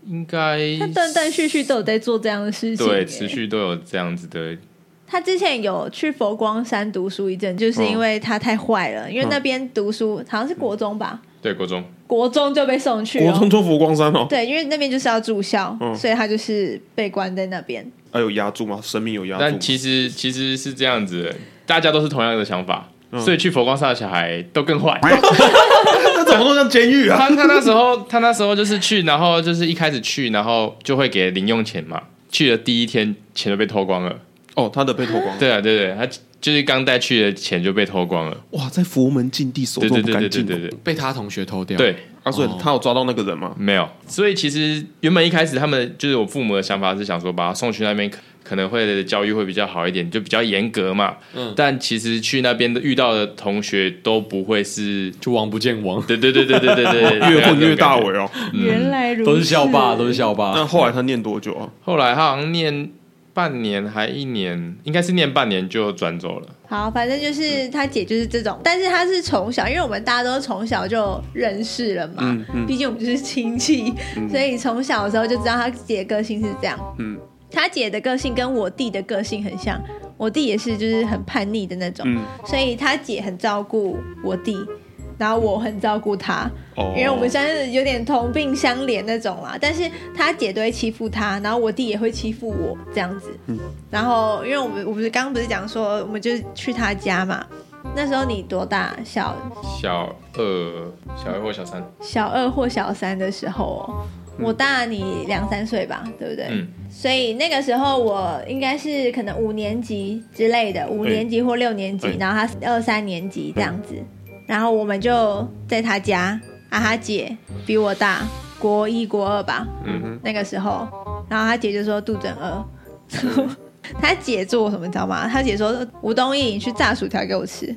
Speaker 4: 应该
Speaker 3: 他断断续续都有在做这样的事情、
Speaker 4: 对
Speaker 3: 欸
Speaker 4: 持续都有这样子的
Speaker 3: 他之前有去佛光山读书一阵，就是因为他太坏了，因为那边读书好像是国中吧，
Speaker 4: 对国中，
Speaker 3: 国中就被送去、
Speaker 2: 国
Speaker 3: 哦。
Speaker 2: 中做佛光山哦，
Speaker 3: 对，因为那边就是要住校，
Speaker 2: 嗯
Speaker 3: 所以他就是被关在那边。
Speaker 2: 还、有压住吗？神明有压住
Speaker 4: 但
Speaker 2: 吗？
Speaker 4: 其实其实是这样子的，大家都是同样的想法，所以去佛光山的小孩都更坏。
Speaker 2: 那怎么都像监狱 啊？
Speaker 4: 他他那时候他那时候就是去，然后就是一开始去，然后就会给零用钱嘛。去了第一天，钱就被偷光了。
Speaker 2: 哦，他的被偷光。，
Speaker 4: 对啊，对对，他就是刚带去的钱就被偷光了。
Speaker 2: 哇，在佛门禁地手
Speaker 4: 对
Speaker 2: 都
Speaker 4: 对
Speaker 2: 不
Speaker 4: 对
Speaker 2: 干
Speaker 4: 对
Speaker 2: 净
Speaker 4: 对
Speaker 2: 哦、
Speaker 4: 对对，
Speaker 1: 被他同学偷掉。
Speaker 4: 对，
Speaker 2: 啊，所以他有抓到那个人吗？
Speaker 4: 没有。所以其实原本一开始他们就是我父母的想法是想说把他送去那边可可能会教育会比较好一点，就比较严格嘛。嗯。但其实去那边的遇到的同学都不会是，
Speaker 1: 就王不见王，
Speaker 4: 对对对对对对对，
Speaker 2: 越混越大
Speaker 4: 尾。
Speaker 2: 尾哦。
Speaker 3: 原来如此，
Speaker 1: 都是校霸，都是校
Speaker 2: 那
Speaker 4: 啊
Speaker 1: 霸。
Speaker 2: 后来他念多久啊？
Speaker 4: 后来他好像念半年还一年，应该是念半年就转走了。
Speaker 3: 好，反正就是他姐就是这种，但是他是从小，因为我们大家都从小就认识了嘛，
Speaker 2: 嗯嗯
Speaker 3: 毕竟我们就是亲戚，所以从小的时候就知道他姐的个性是这样。
Speaker 2: 嗯
Speaker 3: 他姐的个性跟我弟的个性很像，我弟也是就是很叛逆的那种，
Speaker 2: 嗯，
Speaker 3: 所以他姐很照顾我弟。然后我很照顾他，
Speaker 2: 哦，
Speaker 3: 因为我们算是有点同病相怜那种啦。但是他姐都会欺负他，然后我弟也会欺负我这样子。然后因为我们我不是刚刚不是讲说，我们就是去他家嘛。那时候你多大？小
Speaker 4: 小二、小二或小三，
Speaker 3: 小二或小三的时候哦，我大你两三岁吧，对不对？
Speaker 4: 嗯
Speaker 3: 所以那个时候我应该是可能五年级之类的，五年级或六年级，
Speaker 2: 对
Speaker 3: 然后他是二三年级这样子，然后我们就在他家，啊，他姐比我大，国一国二吧，
Speaker 2: 嗯哼，
Speaker 3: 那个时候，然后他姐就说肚子很饿，他姐做什么你知道吗？他姐说吴东义，你去炸薯条给我吃。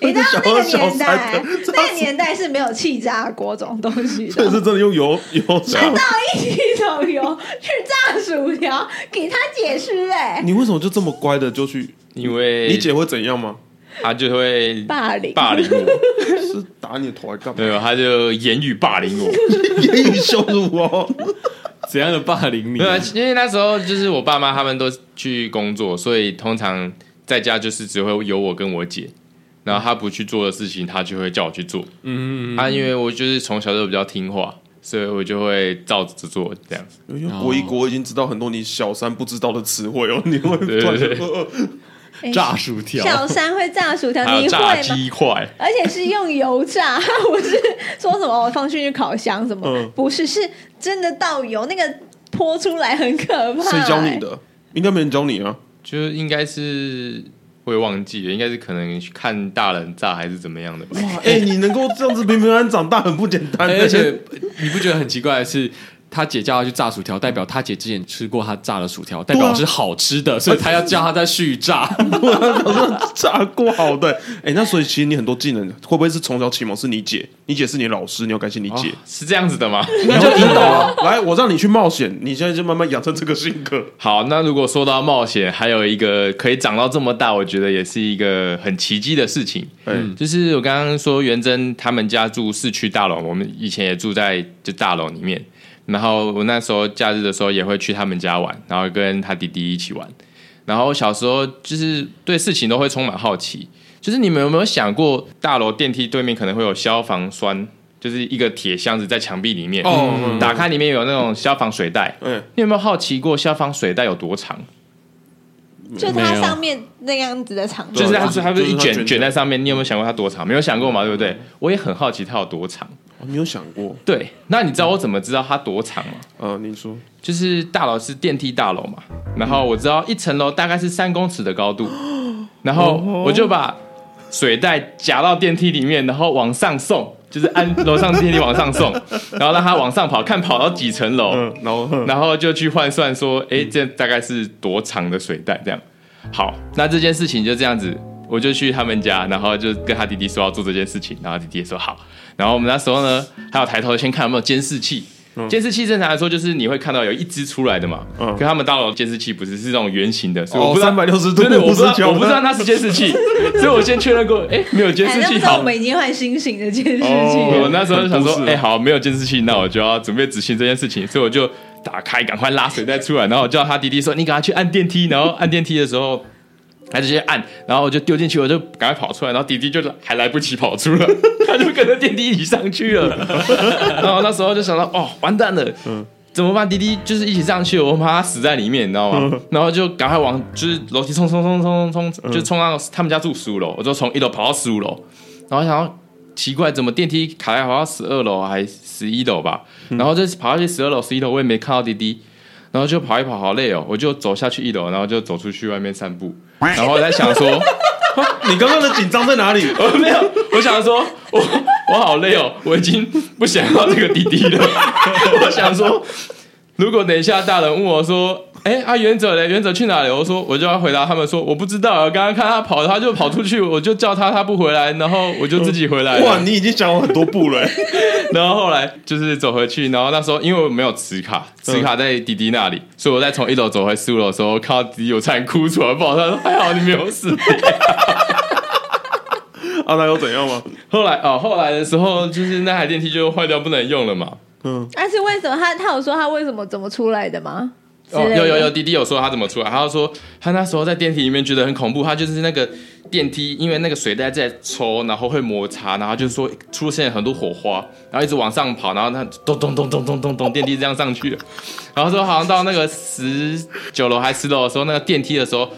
Speaker 3: 你知道那个年代，那个年代是没有气炸锅这种东西 的
Speaker 2: 这，是真的用油油炸。
Speaker 3: 啊一种油去炸薯条给他姐吃、哎，
Speaker 2: 你为什么就这么乖的就去？
Speaker 4: 因为
Speaker 2: 你姐会怎样吗？
Speaker 4: 她就会
Speaker 3: 霸凌，
Speaker 4: 霸凌我，
Speaker 2: 是打你的头还干嘛？
Speaker 4: 对吧？她就言语霸凌 我。
Speaker 2: 言语羞辱哦。
Speaker 1: 怎样的霸凌你啊
Speaker 4: 没？有，啊因为那时候就是我爸妈他们都去工作，所以通常在家就是只会有我跟我姐。然后她不去做的事情，她就会叫我去做。
Speaker 1: 嗯，嗯嗯
Speaker 4: 啊，因为我就是从小就比较听话，所以我就会照着做这样。
Speaker 2: 因为国一国二已经知道很多你小三不知道的词汇哦，你会突然
Speaker 4: 对对
Speaker 2: 就呃呃
Speaker 3: 哎
Speaker 1: 炸薯条，
Speaker 3: 小三会炸薯条，
Speaker 4: 还有
Speaker 3: 你会
Speaker 4: 炸
Speaker 3: 吗？
Speaker 4: 鸡块，
Speaker 3: 而且是用油炸， 我是说什么我放进去烤箱什么？
Speaker 2: 嗯
Speaker 3: 不是，是真的倒油，那个泼出来很可怕、
Speaker 2: 谁教你？的？应该没人教你啊。
Speaker 4: 就应该是我也忘记了，应该是可能看大人炸还是怎么样的吧。
Speaker 2: 哎，你能够这样子平平安安长大很不简
Speaker 4: 啊
Speaker 2: 单，
Speaker 1: 哎而且你不觉得很奇怪的是？他姐叫他去炸薯条，代表他姐之前吃过他炸的薯条，代
Speaker 2: 啊
Speaker 1: 表是好吃的，所以他要叫他再续 炸。
Speaker 2: 我想说炸过好的。哎，那所以其实你很多技能会不会是从小启蒙是你姐？你姐是你老师，你要感谢你姐。
Speaker 4: 是这样子的吗？
Speaker 2: 你就引导啊，来，我让你去冒险，你现在就慢慢养成这个性格。
Speaker 4: 好，那如果说到冒险，还有一个可以长到这么大，我觉得也是一个很奇迹的事情。
Speaker 2: 哎，
Speaker 4: 就是我刚刚说元真他们家住市区大楼，我们以前也住在就大楼里面。然后我那时候假日的时候也会去他们家玩，然后跟他弟弟一起玩。然后小时候就是对事情都会充满好奇，就是你们有没有想过，大楼电梯对面可能会有消防栓，就是一个铁箱子在墙壁里面，
Speaker 2: 哦嗯
Speaker 4: 打开里面有那种消防水带。
Speaker 2: 哎，
Speaker 4: 你有没有好奇过消防水带有多长？
Speaker 3: 哎就它
Speaker 1: 没有
Speaker 3: 上面那样子的长度，
Speaker 4: 就是它是
Speaker 2: 对啊
Speaker 4: 它不是
Speaker 2: 就
Speaker 4: 一
Speaker 2: 是它卷起
Speaker 4: 卷
Speaker 2: 来
Speaker 4: 卷在上面，你有没有想过它多长？没有想过嘛，对不对？我也很好奇它有多长。
Speaker 2: 我哦没有想过。
Speaker 4: 对，那你知道我怎么知道它多长吗？
Speaker 2: 呃，你说，
Speaker 4: 就是大楼是电梯大楼嘛，然后我知道一层楼大概是三公尺的高度，然后我就把水带夹到电梯里面，然后往上送，就是按楼上电梯往上送，然后让它往上跑，看跑到几层楼，
Speaker 2: 嗯，然后，哼
Speaker 4: 然后就去换算说，哎、
Speaker 2: 嗯
Speaker 4: 这大概是多长的水带这样。好，那这件事情就这样子，我就去他们家，然后就跟他弟弟说要做这件事情，然后弟弟也说好。然后我们那时候呢，还有抬头先看有没有监视器。监视器正常来说就是你会看到有一只出来的嘛，
Speaker 2: 嗯
Speaker 4: 可他们大楼监视器不是是那种圆形的，所以我
Speaker 2: 哦
Speaker 4: 不知道
Speaker 2: 360度
Speaker 4: 真的我不知道
Speaker 2: 不是角的
Speaker 4: 我不知道那是监视 器，所以我先确认过，哎、没有监
Speaker 3: 哎，
Speaker 4: 视
Speaker 3: 那
Speaker 4: 器，
Speaker 3: 时候
Speaker 4: 好
Speaker 3: 我，们已经换星星的监视器
Speaker 4: 哦，我
Speaker 3: 了，
Speaker 4: 那时候就想说
Speaker 2: 很，都市啊
Speaker 4: 哎、好，没有监视器，那我就要准备执行这件事情，所以我就打开，赶快拉水袋出来，然后我叫他弟弟说，你赶快去按电梯，然后按电梯的时候。他直接按，然后我就丢进去，我就赶快跑出来，然后弟弟就还来不及跑出来， 他就跟着电梯一起上去了。然后那时候就想到，哦，完蛋了，怎么办？滴滴就是一起上去，我怕他死在里面，你知 道吗？然后就赶快往就是楼梯冲冲冲冲冲冲，就冲到他们家住十五楼，我就从一楼跑到十五楼，然后想要奇怪，怎么电梯卡在好像十二楼还十一楼吧？然后就跑下去十二楼、十一楼，我也没看到滴滴，然后就跑一跑，好累哦，我就走下去一楼，然后就走出去外面散步，然后我在想说。
Speaker 2: 你刚刚的紧张在哪里？
Speaker 4: 我没有，我想说，我我好累哦，我已经不想要这个滴滴了。 我想说，如果等一下大人问我说，哎、啊元者嘞，元者去哪里？我说我就要回答他们说，我不知道啊，刚刚看他跑，他就跑出去，我就叫他，他不回来，然后我就自己回来了。
Speaker 2: 哇，你已经想了很多步了。 哎
Speaker 4: 然后后来就是走回去，然后那时候因为我没有磁卡，磁卡在滴滴那里，所以我在从一楼走回四楼的时候，看到滴滴有差点哭出来，不好，他说还好你没有死。
Speaker 2: 阿拉又啊怎样吗？
Speaker 4: 后来哦，后来的时候就是那台电梯就坏掉，不能用了嘛。
Speaker 2: 嗯，
Speaker 3: 但是为什么他他有说他为什么怎么出来的吗？之类的
Speaker 4: 哦有有有，弟弟有说他怎么出来，他说他那时候在电梯里面觉得很恐怖，他就是那个电梯，因为那个水袋在抽，然后会摩擦，然后就是说出现很多火花，然后一直往上跑，然后他咚咚咚咚咚咚咚，电梯这样上去了，然后说好像到那个十九楼还十楼的时候，那个电梯的时候。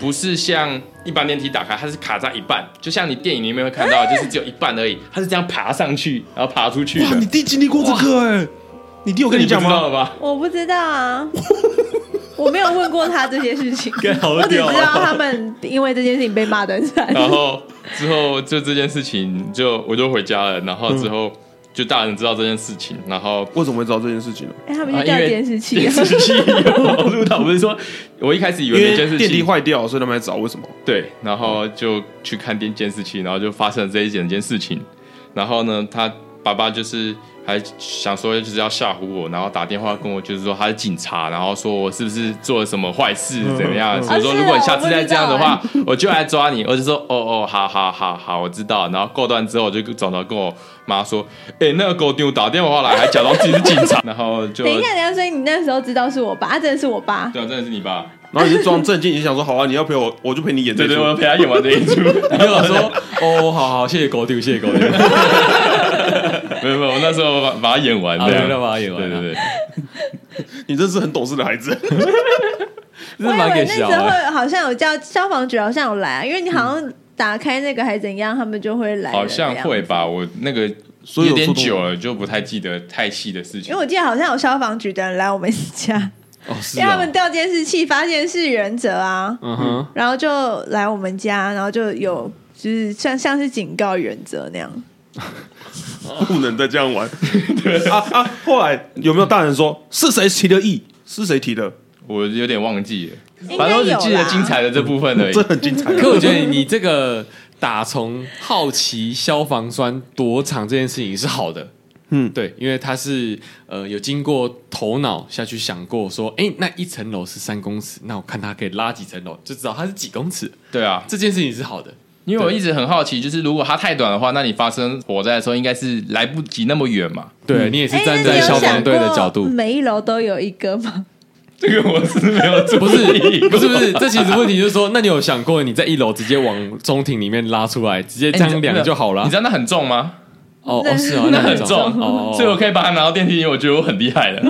Speaker 4: 不是像一般电梯打开，它是卡在一半，就像你电影里面会看到，就是只有一半而已。它是这样爬上去，然后爬出去的。
Speaker 2: 哇，你弟经历过这个哎、你弟有
Speaker 4: 我
Speaker 2: 跟你讲
Speaker 4: 知道了
Speaker 2: 吗？
Speaker 4: 吧？
Speaker 3: 我不知 道啊，我没有问过他这些事情，
Speaker 1: 干好
Speaker 3: 我只知
Speaker 1: 屌啊
Speaker 3: 道他们因为这件事情被骂的很惨。
Speaker 4: 然后之后就这件事情就我就回家了，然后之后就大人知道这件事情，然 后。
Speaker 2: 为什么会知道这件事情呢？
Speaker 3: 哎、他们
Speaker 4: 啊
Speaker 3: 去
Speaker 4: 因
Speaker 3: 调
Speaker 4: 为
Speaker 3: 监视器
Speaker 4: 电， 视器有录哦到，我不是说，我一开始以
Speaker 2: 因
Speaker 4: 为
Speaker 2: 为
Speaker 4: 没监视
Speaker 2: 电梯
Speaker 4: 器，
Speaker 2: 坏掉，所以他们来找为什么？
Speaker 4: 对，然后就去看电监视器，然后就发生了这一整件事情。然后呢，他爸爸就是还想说就是要吓唬我，然后打电话跟我就是说他是警察，然后说我是不是做了什么坏事
Speaker 2: 嗯
Speaker 4: 怎么样？
Speaker 2: 嗯
Speaker 4: 所以说
Speaker 3: 啊是哦
Speaker 4: 如果你下次再这样的话， 我就来抓你。我就说哦哦，好好好好，我知道。然后过段之后，我就转头跟我妈说，哎、那个狗丢打电话来，还假装自己是警察， 然后就
Speaker 3: 等一下，等一下，所以你那时候知道是我爸，啊、真的是我爸，
Speaker 4: 对啊，真的是你爸。
Speaker 2: 然后你就装正经，你就想说好啊，你要陪我，我就陪你演这
Speaker 4: 对
Speaker 2: 一出
Speaker 4: 对，。我陪他演完这一出。
Speaker 1: 你跟我说 哦，好好，谢谢狗丢，谢谢狗丢，
Speaker 4: 没有没有，我那时候把把他演完，
Speaker 1: 啊
Speaker 4: 对啊
Speaker 1: 真的把他演完啊
Speaker 4: 对对对，
Speaker 2: 你真是很懂事的孩 子。
Speaker 1: 这
Speaker 3: 我
Speaker 1: 是
Speaker 3: 以
Speaker 1: 蛮
Speaker 3: 为
Speaker 1: 给
Speaker 3: 那时
Speaker 1: 小
Speaker 3: 候
Speaker 1: 的。
Speaker 3: 好像有叫消防局，好像有来、啊，因为你好像打开那个还怎样，他们就会来，
Speaker 4: 好像会。吧？我那个
Speaker 2: 所以
Speaker 4: 有
Speaker 2: 有
Speaker 4: 点
Speaker 2: 触动
Speaker 4: 久了，就不太记得太细的事
Speaker 3: 因
Speaker 4: 情
Speaker 3: 为。我记得好像有消防局的人来我们家，
Speaker 1: 哦， 是
Speaker 3: 因为他们
Speaker 1: 哦，
Speaker 3: 调监视器发现是忍者啊，
Speaker 1: 嗯哼，
Speaker 3: 然后就来我们家，然后就有就是像像是警告原则那样。
Speaker 2: 不能再这样 玩。对啊啊！后来有没有大人说是谁提的意？是谁提的？
Speaker 4: 我有点忘记了，
Speaker 3: 应
Speaker 4: 反
Speaker 3: 该
Speaker 4: 正我
Speaker 3: 有啦
Speaker 4: 只记得精彩的这部分 而已
Speaker 2: 这。很精彩。
Speaker 1: 可我觉得你这个打从好奇消防栓躲藏这件事情是好的，
Speaker 2: 嗯，
Speaker 1: 对，因为他是呃有经过头脑下去想过说，哎、那一层楼是三公尺，那我看它可以拉几层楼，就知道它是几公尺。
Speaker 4: 对啊，
Speaker 1: 这件事情是好的，
Speaker 4: 因为我一直很好奇，就是如果它太短的话，那你发生火灾的时候，应该是来不及那么远嘛？
Speaker 1: 对你也是
Speaker 3: 哎
Speaker 1: 站
Speaker 3: 那
Speaker 1: 在
Speaker 3: 你有
Speaker 1: 消防队的
Speaker 3: 想过
Speaker 1: 角度，
Speaker 3: 每一楼都有一个吗？
Speaker 4: 这个我是没有注意，
Speaker 1: 不是不是不 是，这其实问题就是说，那你有想过你在一楼直接往中庭里面拉出来，直接
Speaker 4: 哎
Speaker 1: 这样量就好了
Speaker 4: 你知？道那很重吗？
Speaker 1: 哦哦是哦，
Speaker 4: 那
Speaker 1: 很
Speaker 4: 很重
Speaker 1: 哦，
Speaker 4: 所以我可以把它拿到电梯里，我觉得我很厉害了。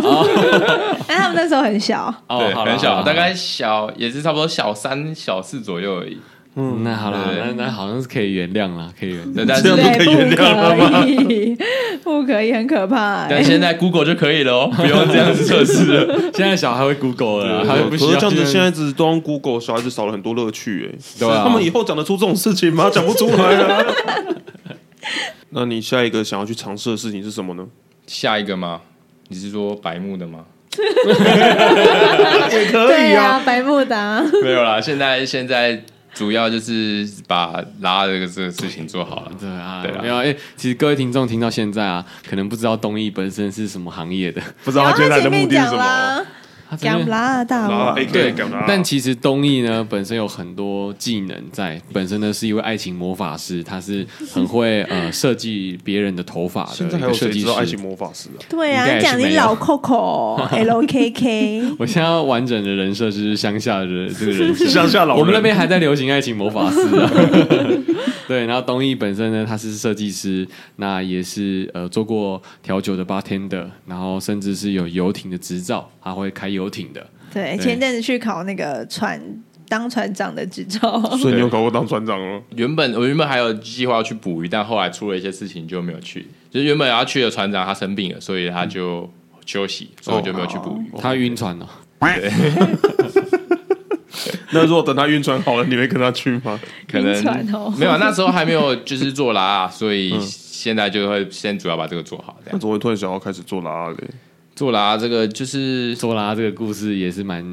Speaker 3: 哎，他们那时候很小，
Speaker 1: 哦
Speaker 4: 对，
Speaker 1: 好啦
Speaker 4: 很
Speaker 1: 好
Speaker 4: 小，
Speaker 1: 啦
Speaker 4: 大概小也是差不多小三、小四左右而已。
Speaker 1: 嗯那好了，
Speaker 4: 对
Speaker 1: 那那好像是可以原谅啦，可以原谅。
Speaker 4: 对，但
Speaker 2: 这
Speaker 4: 是
Speaker 2: 样不可以原
Speaker 3: 对，
Speaker 2: 谅了
Speaker 3: 不可以，不可以，很可怕、
Speaker 4: 但
Speaker 3: 哎
Speaker 4: 现在 Google 就可以了哦，不用这样子测试了。
Speaker 1: 现在小孩会 Google 了啦，他会不
Speaker 2: 嗯可
Speaker 1: 需
Speaker 2: 是
Speaker 1: 要
Speaker 2: 这样子，
Speaker 1: 去
Speaker 2: 现在只都用 Google，小孩子少了很多乐趣哎、
Speaker 1: 对啊
Speaker 2: 他们以后讲得出这种事情吗？ 讲不出来啊。那你下一个想要去尝试的事情是什么呢？
Speaker 4: 下一个吗？你是说白目的吗？
Speaker 2: 也可
Speaker 3: 对啊，，白木达，
Speaker 4: 没有啦，现在现在主要就是把拉这个这个事情做好了。
Speaker 1: 对啊，
Speaker 4: 对啊
Speaker 1: 没有，因为其实各位听众听到现在啊，可能不知道东艺本身是什么行业的，
Speaker 2: 不知道他今天
Speaker 3: 他
Speaker 2: 来的
Speaker 3: 前
Speaker 2: 目
Speaker 3: 面
Speaker 2: 的是
Speaker 3: 讲
Speaker 2: 什么？
Speaker 3: 啦，
Speaker 1: 他真的
Speaker 3: 讲啦大
Speaker 2: 啊
Speaker 3: 王，
Speaker 2: AK
Speaker 1: 对
Speaker 2: 干嘛，
Speaker 1: 但其实东艺呢本身有很多技能在，本身呢是一位爱情魔法师，他是很 会呃设计别人的头发的
Speaker 2: 现在
Speaker 1: 一
Speaker 2: 还
Speaker 1: 个
Speaker 2: 有
Speaker 1: 设
Speaker 2: 谁
Speaker 1: 计
Speaker 2: 知
Speaker 1: 师
Speaker 2: 道。爱情魔法师啊？
Speaker 3: 对
Speaker 1: 应该
Speaker 3: 啊，
Speaker 1: 也
Speaker 3: 你
Speaker 1: 是
Speaker 3: 讲
Speaker 1: 没
Speaker 3: 你
Speaker 1: 有
Speaker 3: 老 Coco LKK，
Speaker 1: 我现在要完整的人设就是乡下的这个人设，
Speaker 2: 乡下老人
Speaker 1: 我们那边还在流行爱情魔法师、啊。对，然后东艺本身呢，他是设计师，那也是呃做过调酒的 bartender，然后甚至是有游艇的执照，他会开游艇的。
Speaker 3: 对，
Speaker 1: 对
Speaker 3: 前阵子去考那个船当船长的执照，
Speaker 2: 所以你有考过当船长了吗？
Speaker 4: 原本我原本还有计划要去捕鱼，但后来出了一些事情就没有去。就是原本要去的船长他生病了，所以他就休息，
Speaker 3: 嗯
Speaker 4: 所以我就没有去捕鱼。
Speaker 1: 他晕船哦了、
Speaker 2: 那如果等他晕船好了，你会跟他去吗？
Speaker 4: 可
Speaker 3: 晕船
Speaker 4: 能
Speaker 3: 哦
Speaker 4: 没有，那时候还没有就是做拉，所 以现在就会先主要把这个做好。这
Speaker 2: 那
Speaker 3: 嗯
Speaker 4: 样
Speaker 2: 怎么会突然想要开始做拉 嘞？
Speaker 4: 做拉这个就是
Speaker 1: 多拉这个故事也是蛮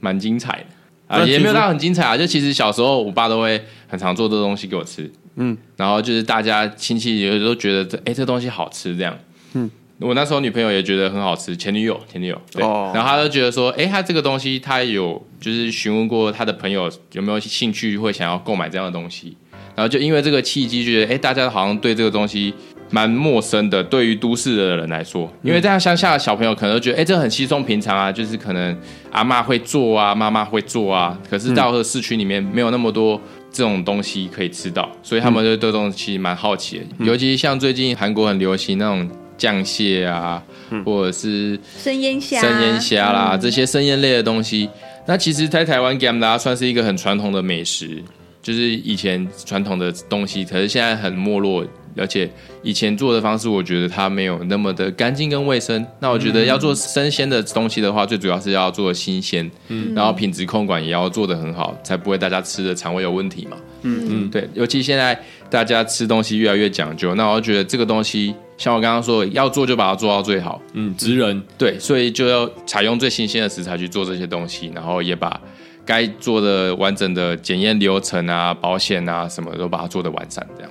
Speaker 4: 蛮精彩的啊，
Speaker 2: 那
Speaker 4: 也
Speaker 2: 听
Speaker 4: 没有
Speaker 2: 说
Speaker 4: 到很精彩啊。就其实小时候，我爸都会很常做这东西给我吃，嗯，然后就是大家亲戚也都觉得这哎、这东西好吃这样，嗯，我那时候女朋友也觉得很好吃，前女友前女友对，
Speaker 2: 哦
Speaker 4: 然后她就觉得说，哎、她这个东西她有就是询问过她的朋友有没有兴趣会想要购买这样的东西，然后就因为这个契机，觉得哎、大家好像对这个东西蛮陌生的，对于都市的人来说，因为在乡下的小朋友可能都觉得，哎、这很稀松平常啊，就是可能阿嬷会做啊，妈妈会做啊，可是到了市区里面没有那么多这种东西可以吃到，所以他们对这种东西蛮好奇的，尤其像最近韩国很流行那种酱蟹啊，或者是
Speaker 3: 生腌虾，
Speaker 4: 生腌虾啦，这些生腌类的东西。那其实，在台湾 g a m b a 算是一个很传统的美食，就是以前传统的东西，可是现在很没落，而且以前做的方式，我觉得它没有那么的干净跟卫生。那我觉得要做生鲜的东西的话，最主要是要做新鲜，
Speaker 3: 嗯
Speaker 4: 然后品质控管也要做得很好，才不会大家吃的肠胃有问题嘛。
Speaker 3: 嗯
Speaker 4: 对，尤其现在大家吃东西越来越讲究，那我觉得这个东西，像我刚刚说，要做就把它做到最好。
Speaker 1: 嗯，职人
Speaker 4: 对，所以就要采用最新鲜的食材去做这些东西，然后也把该做的完整的检验流程啊、保险啊什么的都把它做的完善，这样。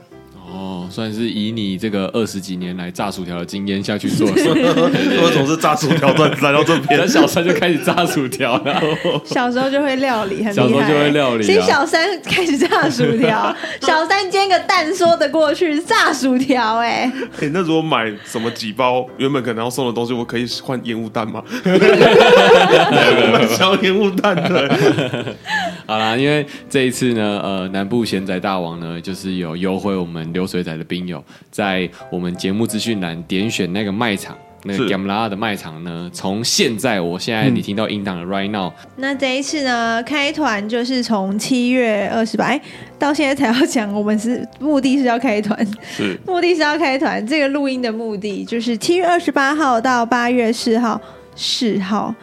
Speaker 1: 哦，算是以你这个二十几年来炸薯条的经验下去做，
Speaker 2: 我总是炸薯条段子来到这边
Speaker 1: 从，小三就开始炸薯条了。
Speaker 3: 小时候就会料理，很厉害。
Speaker 1: 小时候就会料理啊
Speaker 3: 所以小三开始炸薯 条，小三煎个蛋说得过去，炸薯条哎、
Speaker 2: 哎、那如果买什么几包原本可能要送的东西，我可以换烟雾弹吗？买箱烟雾弹的，
Speaker 1: 好啦，因为这一次呢，呃，南部咸宅大王呢，就是有优惠我们流水仔的兵友，在我们节目资讯栏点选那个卖场。那个
Speaker 2: 是
Speaker 1: Gamla 的卖场呢？从现在，我现在你听到音档的 right now，
Speaker 3: 那这一次呢，开团就是从七月二十八，哎到现在才要讲，我们是目的是要开团，
Speaker 2: 是
Speaker 3: 目的是要开团。这个录音的目的就是七月二十八号到八月四号，四号。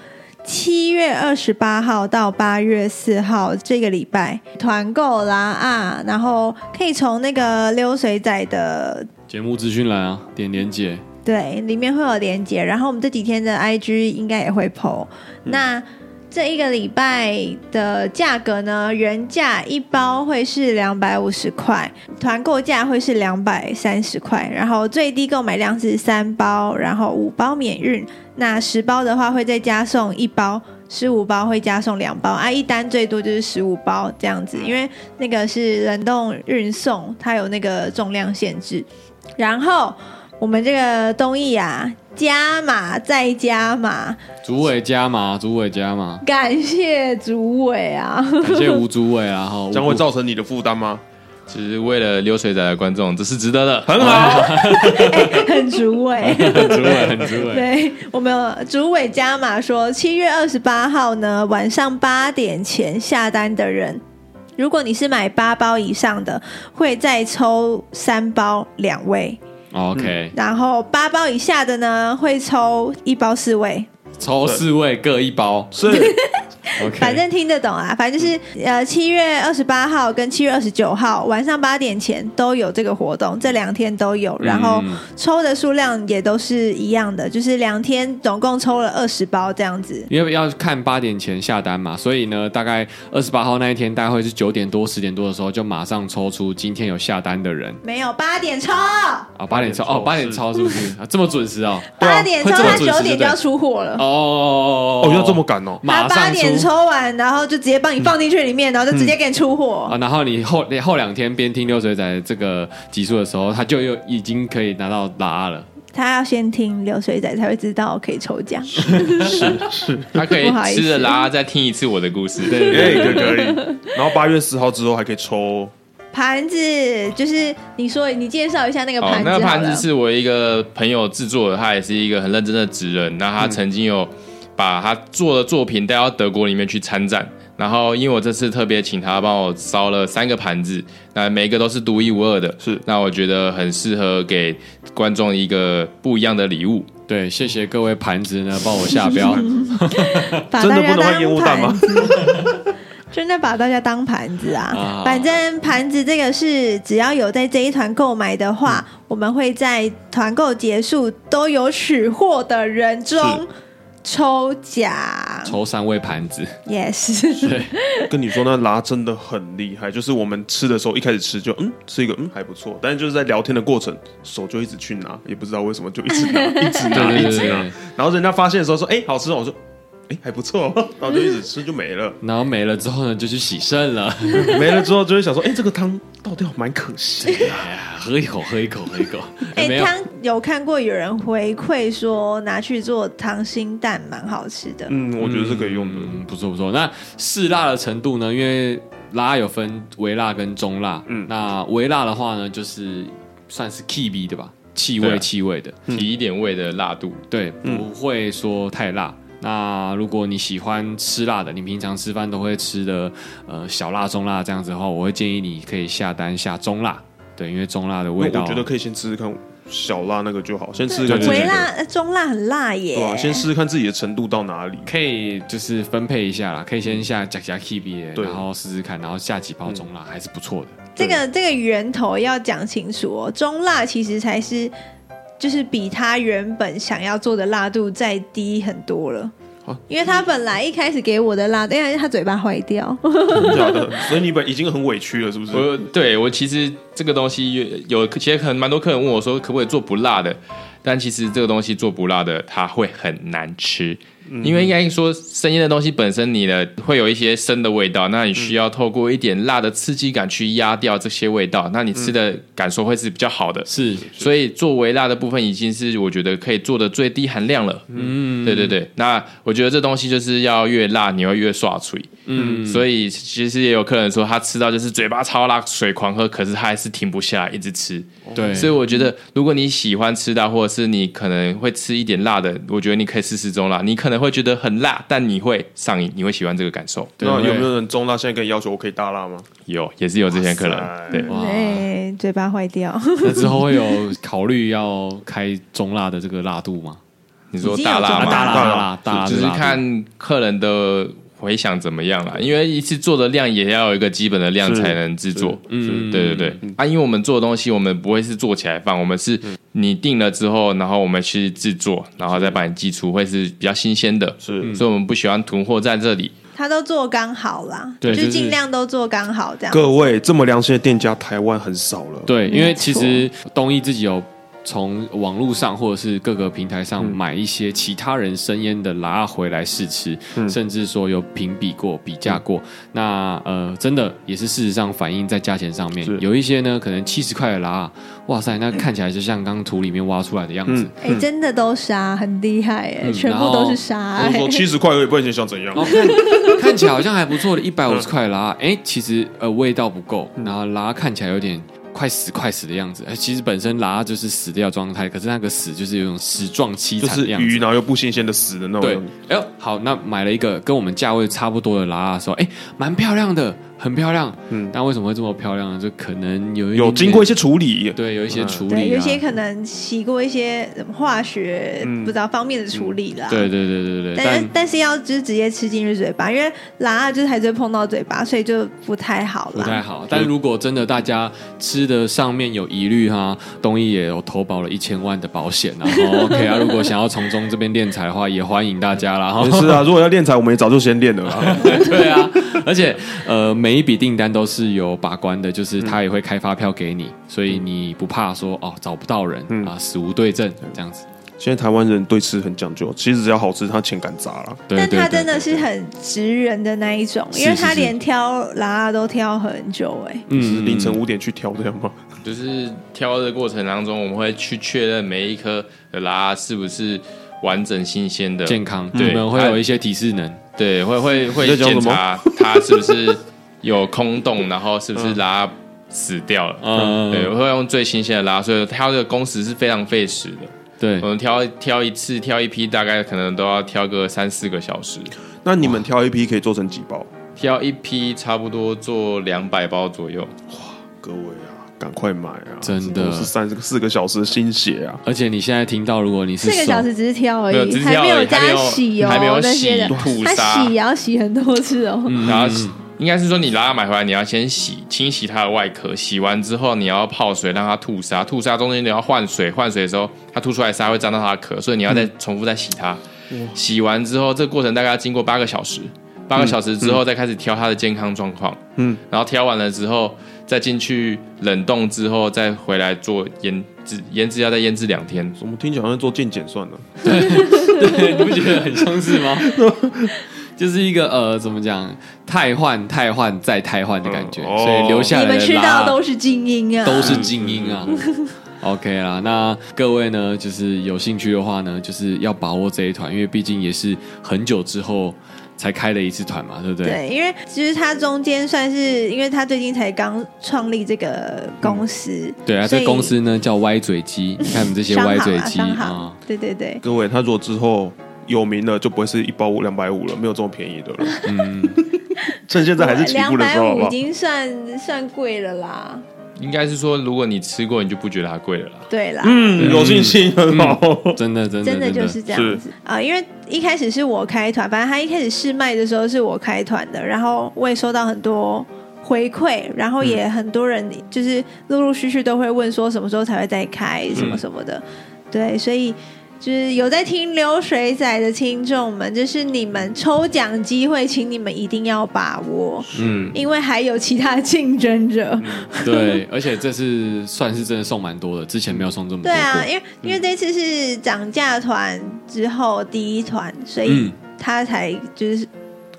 Speaker 3: 七月二十八号到八月四号这个礼拜团购啦啊，然后可以从那个溜水仔的
Speaker 1: 节目资讯栏啊，点连接。
Speaker 3: 对，里面会有连接。然后我们这几天的 IG 应该也会 PO、那这一个礼拜的价格呢，原价一包会是两百五十块，团购价会是两百三十块，然后最低购买量是三包，然后五包免运。那十包的话会再加送一包。十五包会加送两包啊，一单最多就是十五包这样子，因为那个是冷冻运送，它有那个重量限制。然后我们这个东艺啊，加码再加码，
Speaker 1: 主委加码，主委加码，
Speaker 3: 感谢主委啊！
Speaker 1: 感谢吴主委啊，哈，
Speaker 2: 将会造成你的负担吗？
Speaker 4: 其实为了流水仔的观众，这是值得的，
Speaker 2: 很好，
Speaker 3: 哎很主委。
Speaker 1: 很主委，很主委。
Speaker 3: 对我们有主委加码说，七月二十八号呢晚上八点前下单的人，如果你是买八包以上的，会再抽三包两位；
Speaker 1: OK，
Speaker 3: 然后八包以下的呢，会抽一包四位。
Speaker 1: 抽四位各一包。
Speaker 2: 是
Speaker 1: OK，嗯
Speaker 3: 反正听得懂啊，反正就是呃，七月二十八号跟七月二十九号晚上八点前都有这个活动，这两天都有，然后
Speaker 1: 嗯
Speaker 3: 抽的数量也都是一样的，就是两天总共抽了二十包这样子。
Speaker 1: 因为要看八点前下单嘛，所以呢，大概二十八号那一天，大概会是九点多、十点多的时候，就马上抽出今天有下单的人
Speaker 3: 没有八点抽，
Speaker 1: 啊，八点抽哦，八点抽是不是、啊？这么准时哦？
Speaker 3: 八点抽
Speaker 1: 会这
Speaker 3: 他
Speaker 1: 么准时
Speaker 3: 九点就要
Speaker 1: 对
Speaker 3: 出货了。
Speaker 1: 哦哦哦
Speaker 2: 哦，要这么赶哦。
Speaker 3: 他
Speaker 1: 马
Speaker 3: 八
Speaker 1: 上
Speaker 3: 点
Speaker 1: 出嗯
Speaker 3: 抽完，然后就直接帮你放进去里面，然后就直接给你出货。
Speaker 1: 啊，然后你后你后两天边听流水仔这个集数的时候，他就又已经可以拿到拉了。
Speaker 3: 他要先听流水仔才会知道可以 抽奖。
Speaker 4: 他可以
Speaker 3: 不好意思
Speaker 4: 吃了啦，再听一次我的故事。
Speaker 1: 对对
Speaker 2: 哎、可可以。然后八月十号之后还可以抽，
Speaker 3: 盘子就是你说你介绍一下那个
Speaker 4: 哦
Speaker 3: 盘，子
Speaker 4: 那
Speaker 3: 好了，
Speaker 4: 个盘子是我一个朋友制作的，他也是一个很认真的职人。那
Speaker 3: 嗯
Speaker 4: 他曾经有把他做的作品带到德国里面去参展，然后因为我这次特别请他帮我烧了三个盘子，那每一个都是独一无二的，
Speaker 2: 是
Speaker 4: 那我觉得很适合给观众一个不一样的礼物。
Speaker 1: 对，谢谢各位盘子呢，帮我下标。
Speaker 3: 把
Speaker 2: 真
Speaker 3: 大
Speaker 2: 的
Speaker 3: 家
Speaker 2: 不能换烟
Speaker 3: 当
Speaker 2: 雾弹吗
Speaker 3: 盘子， 真的把大家当盘子啊
Speaker 1: 啊！
Speaker 3: 反正盘子这个是只要有在这一团购买的话，
Speaker 2: 嗯
Speaker 3: 我们会在团购结束都有取货的人中
Speaker 2: 是
Speaker 3: 抽奖。
Speaker 1: 抽三位盘子，
Speaker 3: Yes，
Speaker 2: 跟你说那拉真的很厉害，就是我们吃的时候一开始吃就嗯吃一个嗯还不错，但是就是在聊天的过程手就一直去拿，也不知道为什么就一直拿一
Speaker 1: 对
Speaker 2: 直拿
Speaker 1: 对
Speaker 2: 一
Speaker 1: 对
Speaker 2: 直
Speaker 1: 对
Speaker 2: 拿，然后人家发现的时候说哎、好吃哦，我说哎还不错， 然后就一直吃就没了，
Speaker 1: 然后没了之后呢，就去洗肾了，
Speaker 2: 没了之后就会想说，哎这个汤倒掉蛮可惜的，
Speaker 1: 哎呀喝一口，喝一口，喝一口。
Speaker 3: 哎、
Speaker 1: 没有，
Speaker 3: 汤有看过有人回馈说拿去做溏心蛋蛮好吃的，
Speaker 2: 嗯，我觉得是可以用的，
Speaker 1: 嗯，不错不错。那嗜辣的程度呢？因为辣有分微辣跟中辣，嗯
Speaker 2: 嗯，
Speaker 1: 那微辣的话呢，就是算是 key B 的吧，气
Speaker 4: 对
Speaker 1: 味
Speaker 4: 啊
Speaker 1: 气味的，
Speaker 4: 提一点味的辣度，
Speaker 1: 对，不会说太辣。那如果你喜欢吃辣的，你平常吃饭都会吃的，呃，小辣、中辣这样子的话，我会建议你可以下单下中辣，对，因为中辣的味
Speaker 2: 那
Speaker 1: 道，啊
Speaker 2: 我觉得可以先吃吃看小辣那个就好，先吃吃
Speaker 1: 对
Speaker 2: 看自己
Speaker 3: 微
Speaker 2: 的
Speaker 3: 辣、呃中辣很辣耶。
Speaker 2: 对吧？啊先试试看自己的程度到哪里。
Speaker 1: 可以就是分配一下啦，可以先下加加 K B，
Speaker 2: 对
Speaker 1: 然后试试看，然后下几包中辣、还是不错的。
Speaker 3: 这个这个源头要讲清楚哦，中辣其实才是就是比他原本想要做的辣度再低很多了
Speaker 2: 啊。
Speaker 3: 因为他本来一开始给我的辣，因为他嘴巴坏掉，
Speaker 2: 真 假的？所以啊你本已经很委屈了，是不是？
Speaker 4: 我对我其实这个东西有，其实很蛮多客人问我说，可不可以做不辣的？但其实这个东西做不辣的，它会很难吃，
Speaker 2: 嗯
Speaker 4: 因为应该说生腌的东西本身你的会有一些生的味道，那你需要透过一点辣的刺激感去压掉这些味道，那你吃的感受会是比较好的。
Speaker 1: 是，
Speaker 4: 所以做微辣的部分已经是我觉得可以做的最低含量了。嗯，对对对。那我觉得这东西就是要越辣，你会越刷嘴。嗯，所以其实也有客人说他吃到就是嘴巴超辣，水狂喝，可是他还是停不下来，一直吃。
Speaker 1: 对，
Speaker 4: 所以我觉得，如果你喜欢吃辣，或者是你可能会吃一点辣的，我觉得你可以试试中辣。你可能会觉得很辣，但你会上瘾，你会喜欢这个感受。
Speaker 1: 对
Speaker 2: 那
Speaker 1: 对
Speaker 2: 有没有人中辣现在跟你要求我可以大辣吗？哎
Speaker 4: 有，也是有这些客人
Speaker 2: 哇塞。
Speaker 4: 对，
Speaker 1: 哇
Speaker 3: 对，嘴巴坏掉，
Speaker 1: 那之后会有考虑要开中辣的这个辣度吗？
Speaker 4: 你说
Speaker 3: 已经有
Speaker 4: 大辣
Speaker 1: 啊
Speaker 4: 吗？
Speaker 1: 大辣
Speaker 2: 大
Speaker 1: 大
Speaker 2: 辣
Speaker 1: 辣大辣的辣度，
Speaker 4: 只是看客人的回想怎么样啦，因为一次做的量也要有一个基本的量
Speaker 2: 是
Speaker 4: 才能制作。
Speaker 1: 嗯，
Speaker 4: 对对对，啊，因为我们做的东西，我们不会是做起来放，我们是你定了之后，然后我们去制作，然后再把你寄出，会是比较新鲜的。
Speaker 1: 嗯
Speaker 2: 是
Speaker 4: 所以我们不喜欢囤货在这里。
Speaker 3: 他都做刚好啦，
Speaker 1: 对
Speaker 3: 就
Speaker 1: 就是
Speaker 3: 尽量都做刚好这样。
Speaker 2: 各位这么良心的店家，台湾很少了。，
Speaker 1: 对，因为其
Speaker 3: 没错
Speaker 1: 实东一自己有从网络上或者是各个平台上买一些其他人生腌的拉回来试吃，甚至说有评比过、比价过。那呃，真的也是事实上反映在价钱上面
Speaker 2: 是，
Speaker 1: 有一些呢可能七十块的拉，哇塞，那看起来就像刚图里面挖出来的样子。
Speaker 3: 哎、真的都杀，很厉害哎、全部都是杀、
Speaker 2: 我
Speaker 3: 哎
Speaker 2: 是说啊七十块而已，不然你想怎样
Speaker 1: 然？后哦看 看起来好像还不错的，一百五
Speaker 2: 嗯
Speaker 1: 十块啦，哎、其实呃味道不够，然后拉看起来有点快死快死的样子，哎、其实本身拉就是死掉状态，可是那个死就是有种死状凄
Speaker 2: 就
Speaker 1: 惨
Speaker 2: 是
Speaker 1: 的样子。
Speaker 2: 鱼，然后又不新鲜的死的那
Speaker 1: 对
Speaker 2: 种。，
Speaker 1: 哎呦，好，那买了一个跟我们价位差不多的拉的时候，哎，蛮漂亮的，很漂亮。嗯
Speaker 2: 嗯，
Speaker 1: 那为什么会这么漂亮呢？就可能有一
Speaker 2: 有
Speaker 1: 点点
Speaker 2: 经过一些嗯处理，
Speaker 1: 对有一些处理、啊
Speaker 3: 对，有些可能洗过一些什么化学、不知道方面的处理啦。
Speaker 1: 对对对对对，
Speaker 3: 但
Speaker 1: 但
Speaker 3: 是但是要就是直接吃进去嘴巴，因为辣就是还是会碰到嘴巴，所以就不太好
Speaker 1: 不太
Speaker 3: 啦。
Speaker 1: 好。但如果真的大家吃的上面有疑虑哈，东艺也有投保了一千万的保险，然后 OK 啊，如果想要从中这边练财的话，也欢迎大家啦。哈
Speaker 2: 也。是啊。如果要练财，我们也早就先练了啦。
Speaker 1: 对啊，而且呃，每一笔订单都是有把关的，就是他也会开发票给你，所以你不怕说哦找不到人、啊，死无对证这样子。
Speaker 2: 现在台湾人对吃很讲究，其实只要好吃，他钱敢砸了。
Speaker 1: 对
Speaker 3: 但
Speaker 1: 对
Speaker 3: 他
Speaker 1: 对
Speaker 3: 真的
Speaker 1: 对
Speaker 3: 是很直人的那一种，
Speaker 1: 是
Speaker 3: 因为他
Speaker 1: 是是
Speaker 3: 连挑辣都挑很久哎、
Speaker 2: 是
Speaker 1: 嗯
Speaker 2: 凌晨五点去挑这样吗？
Speaker 4: 就是挑的过程当中，我们会去确认每一颗的拉是不是完整新鲜的，
Speaker 1: 健康，
Speaker 4: 对
Speaker 1: 你们会有一些提示能。
Speaker 4: 对，会会
Speaker 2: 你
Speaker 4: 会
Speaker 2: 在讲
Speaker 4: 检
Speaker 2: 什么
Speaker 4: 查它是不是有空洞，然后是不是拉死掉了。
Speaker 1: 嗯
Speaker 4: 对，我会用最新鲜的拉，所以挑的工时是非常费时的。
Speaker 1: 对
Speaker 4: 我，们挑挑一次，挑一批，大概可能都要挑个三四个小时。
Speaker 2: 那你们挑一批可以做成几包？
Speaker 4: 挑一批差不多做两百包左右，
Speaker 2: 各位啊，赶快买啊！
Speaker 1: 真的
Speaker 2: 这都是三四个小时的心血啊！
Speaker 1: 而且你现在听到，如果你是
Speaker 3: 四个
Speaker 1: 手
Speaker 3: 小时只是挑而
Speaker 4: 没有
Speaker 3: 已，
Speaker 4: 只是
Speaker 3: 还
Speaker 4: 挑
Speaker 3: 没
Speaker 4: 而已
Speaker 3: 加
Speaker 4: 还没有
Speaker 3: 洗哦、
Speaker 4: 还没有
Speaker 3: 那些
Speaker 4: 洗
Speaker 3: 的，
Speaker 4: 吐
Speaker 3: 他
Speaker 4: 沙
Speaker 3: 洗也要洗很多次哦、
Speaker 1: 嗯
Speaker 4: 然后应该是说你拉买回来，你要先洗清洗它的外壳，洗完之后你要泡水让它吐沙，吐沙中间你要换水，换水的时候它吐出来的沙会沾到它的壳，所以你要再重复再洗它。洗完之后，这个过程大概要经过八个小时，八个小时之后再开始挑它的健康状况，嗯，然后挑完了之后再进去冷冻之后再回来做腌只腌制要再腌制两天。
Speaker 2: 怎么听起来好像做健检算了？
Speaker 1: 对，你不觉得很相似吗？ 就是一个呃，怎么讲，太换、太换再太换的感觉，
Speaker 2: 嗯哦
Speaker 1: 所以留下
Speaker 3: 你
Speaker 1: 来的
Speaker 3: 们吃
Speaker 1: 拉啊
Speaker 3: 到都是精英啊，
Speaker 1: 都是精英啊。OK 啦，那各位呢，就是有兴趣的话呢，就是要把握这一团，因为毕竟也是很久之后才开了一次团嘛，对不对？
Speaker 3: 对，因为其实他中间算是，因为他最近才刚创立这个公司，
Speaker 1: 对啊，
Speaker 3: 所
Speaker 1: 这
Speaker 3: 以
Speaker 1: 个公司呢叫歪嘴鸡，你看我们这些
Speaker 3: 商
Speaker 1: 歪
Speaker 3: 行
Speaker 1: 嘴
Speaker 3: 啊，
Speaker 1: 鸡
Speaker 3: 商行
Speaker 1: 啊，
Speaker 3: 对对对，
Speaker 2: 各位，他如果之后有名了，就不会是一包五两百五了，没有这么便宜的了。嗯， 趁现在还是起
Speaker 3: 两
Speaker 2: 步的
Speaker 3: 百
Speaker 2: 时候，好
Speaker 3: 五
Speaker 2: 不
Speaker 3: 已
Speaker 2: 好？
Speaker 3: 经算算贵了啦，
Speaker 4: 应该是说，如果你吃过，你就不觉得它贵了啦。
Speaker 3: 对啦，
Speaker 2: 嗯，有信心很好。
Speaker 1: 真的真的
Speaker 3: 真的就是这样子啊、因为一开始是我开团，反正他一开始试卖的时候是我开团的，然后我也收到很多回馈，然后也很多人就是陆陆续续都会问说什么时候才会再开什么什么
Speaker 2: 嗯
Speaker 3: 的，对，所以。就是有在听流水仔的听众们，就是你们抽奖机会，请你们一定要把握，
Speaker 1: 嗯，
Speaker 3: 因为还有其他竞争者。
Speaker 2: 嗯
Speaker 1: 对，而且这次算是真的送蛮多的，之前嗯没有送这么多
Speaker 3: 对
Speaker 1: 过。
Speaker 3: 啊，因为因为这次是涨价团之后第一团，所以
Speaker 1: 嗯
Speaker 3: 他才就是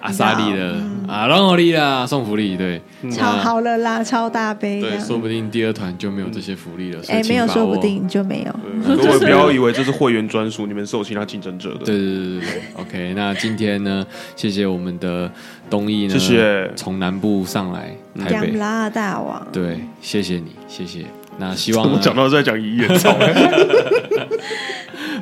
Speaker 1: 阿萨利的啊，朗奥利啦，送福利，对，
Speaker 3: 超好了啦，超大杯
Speaker 1: 对，
Speaker 3: 的。
Speaker 1: 说不定第二团就没有这些福利了。所以
Speaker 3: 哎，没有，
Speaker 1: 请把
Speaker 3: 说
Speaker 1: 握
Speaker 3: 不。定就没有。
Speaker 1: 嗯
Speaker 2: 各位不要以为这是会员专属，你们是有其他竞争者的。
Speaker 1: 对对对对对，OK。那今天呢，谢谢我们的东义呢，
Speaker 2: 谢谢
Speaker 1: 从南部上来台
Speaker 3: 姜
Speaker 1: 北，
Speaker 3: 拉大王，
Speaker 1: 对，谢谢你，谢谢。那希望
Speaker 2: 我
Speaker 1: 呢
Speaker 2: 讲到在讲 遗言，操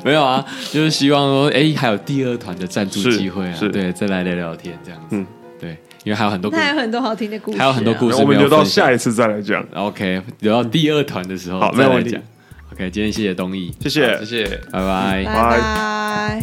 Speaker 1: 没有啊，就是希望说，哎，还有第二团的赞助
Speaker 2: 是
Speaker 1: 机会啊，
Speaker 2: 是
Speaker 1: 对，再来聊聊天这样子，
Speaker 2: 嗯
Speaker 1: 对，因为还有很多故
Speaker 3: 他还
Speaker 1: 事
Speaker 3: 有很多好听的故事啊，
Speaker 1: 还有很多故事
Speaker 2: 我们留到
Speaker 1: 分享
Speaker 2: 下一次再来讲。
Speaker 1: ，OK，留到第二团的时候
Speaker 2: 好没
Speaker 1: 再
Speaker 2: 有
Speaker 1: 来
Speaker 2: 问题
Speaker 1: 讲。OK，今天谢谢东义，
Speaker 2: 谢谢
Speaker 4: 好谢谢。
Speaker 1: 拜拜
Speaker 3: 拜拜。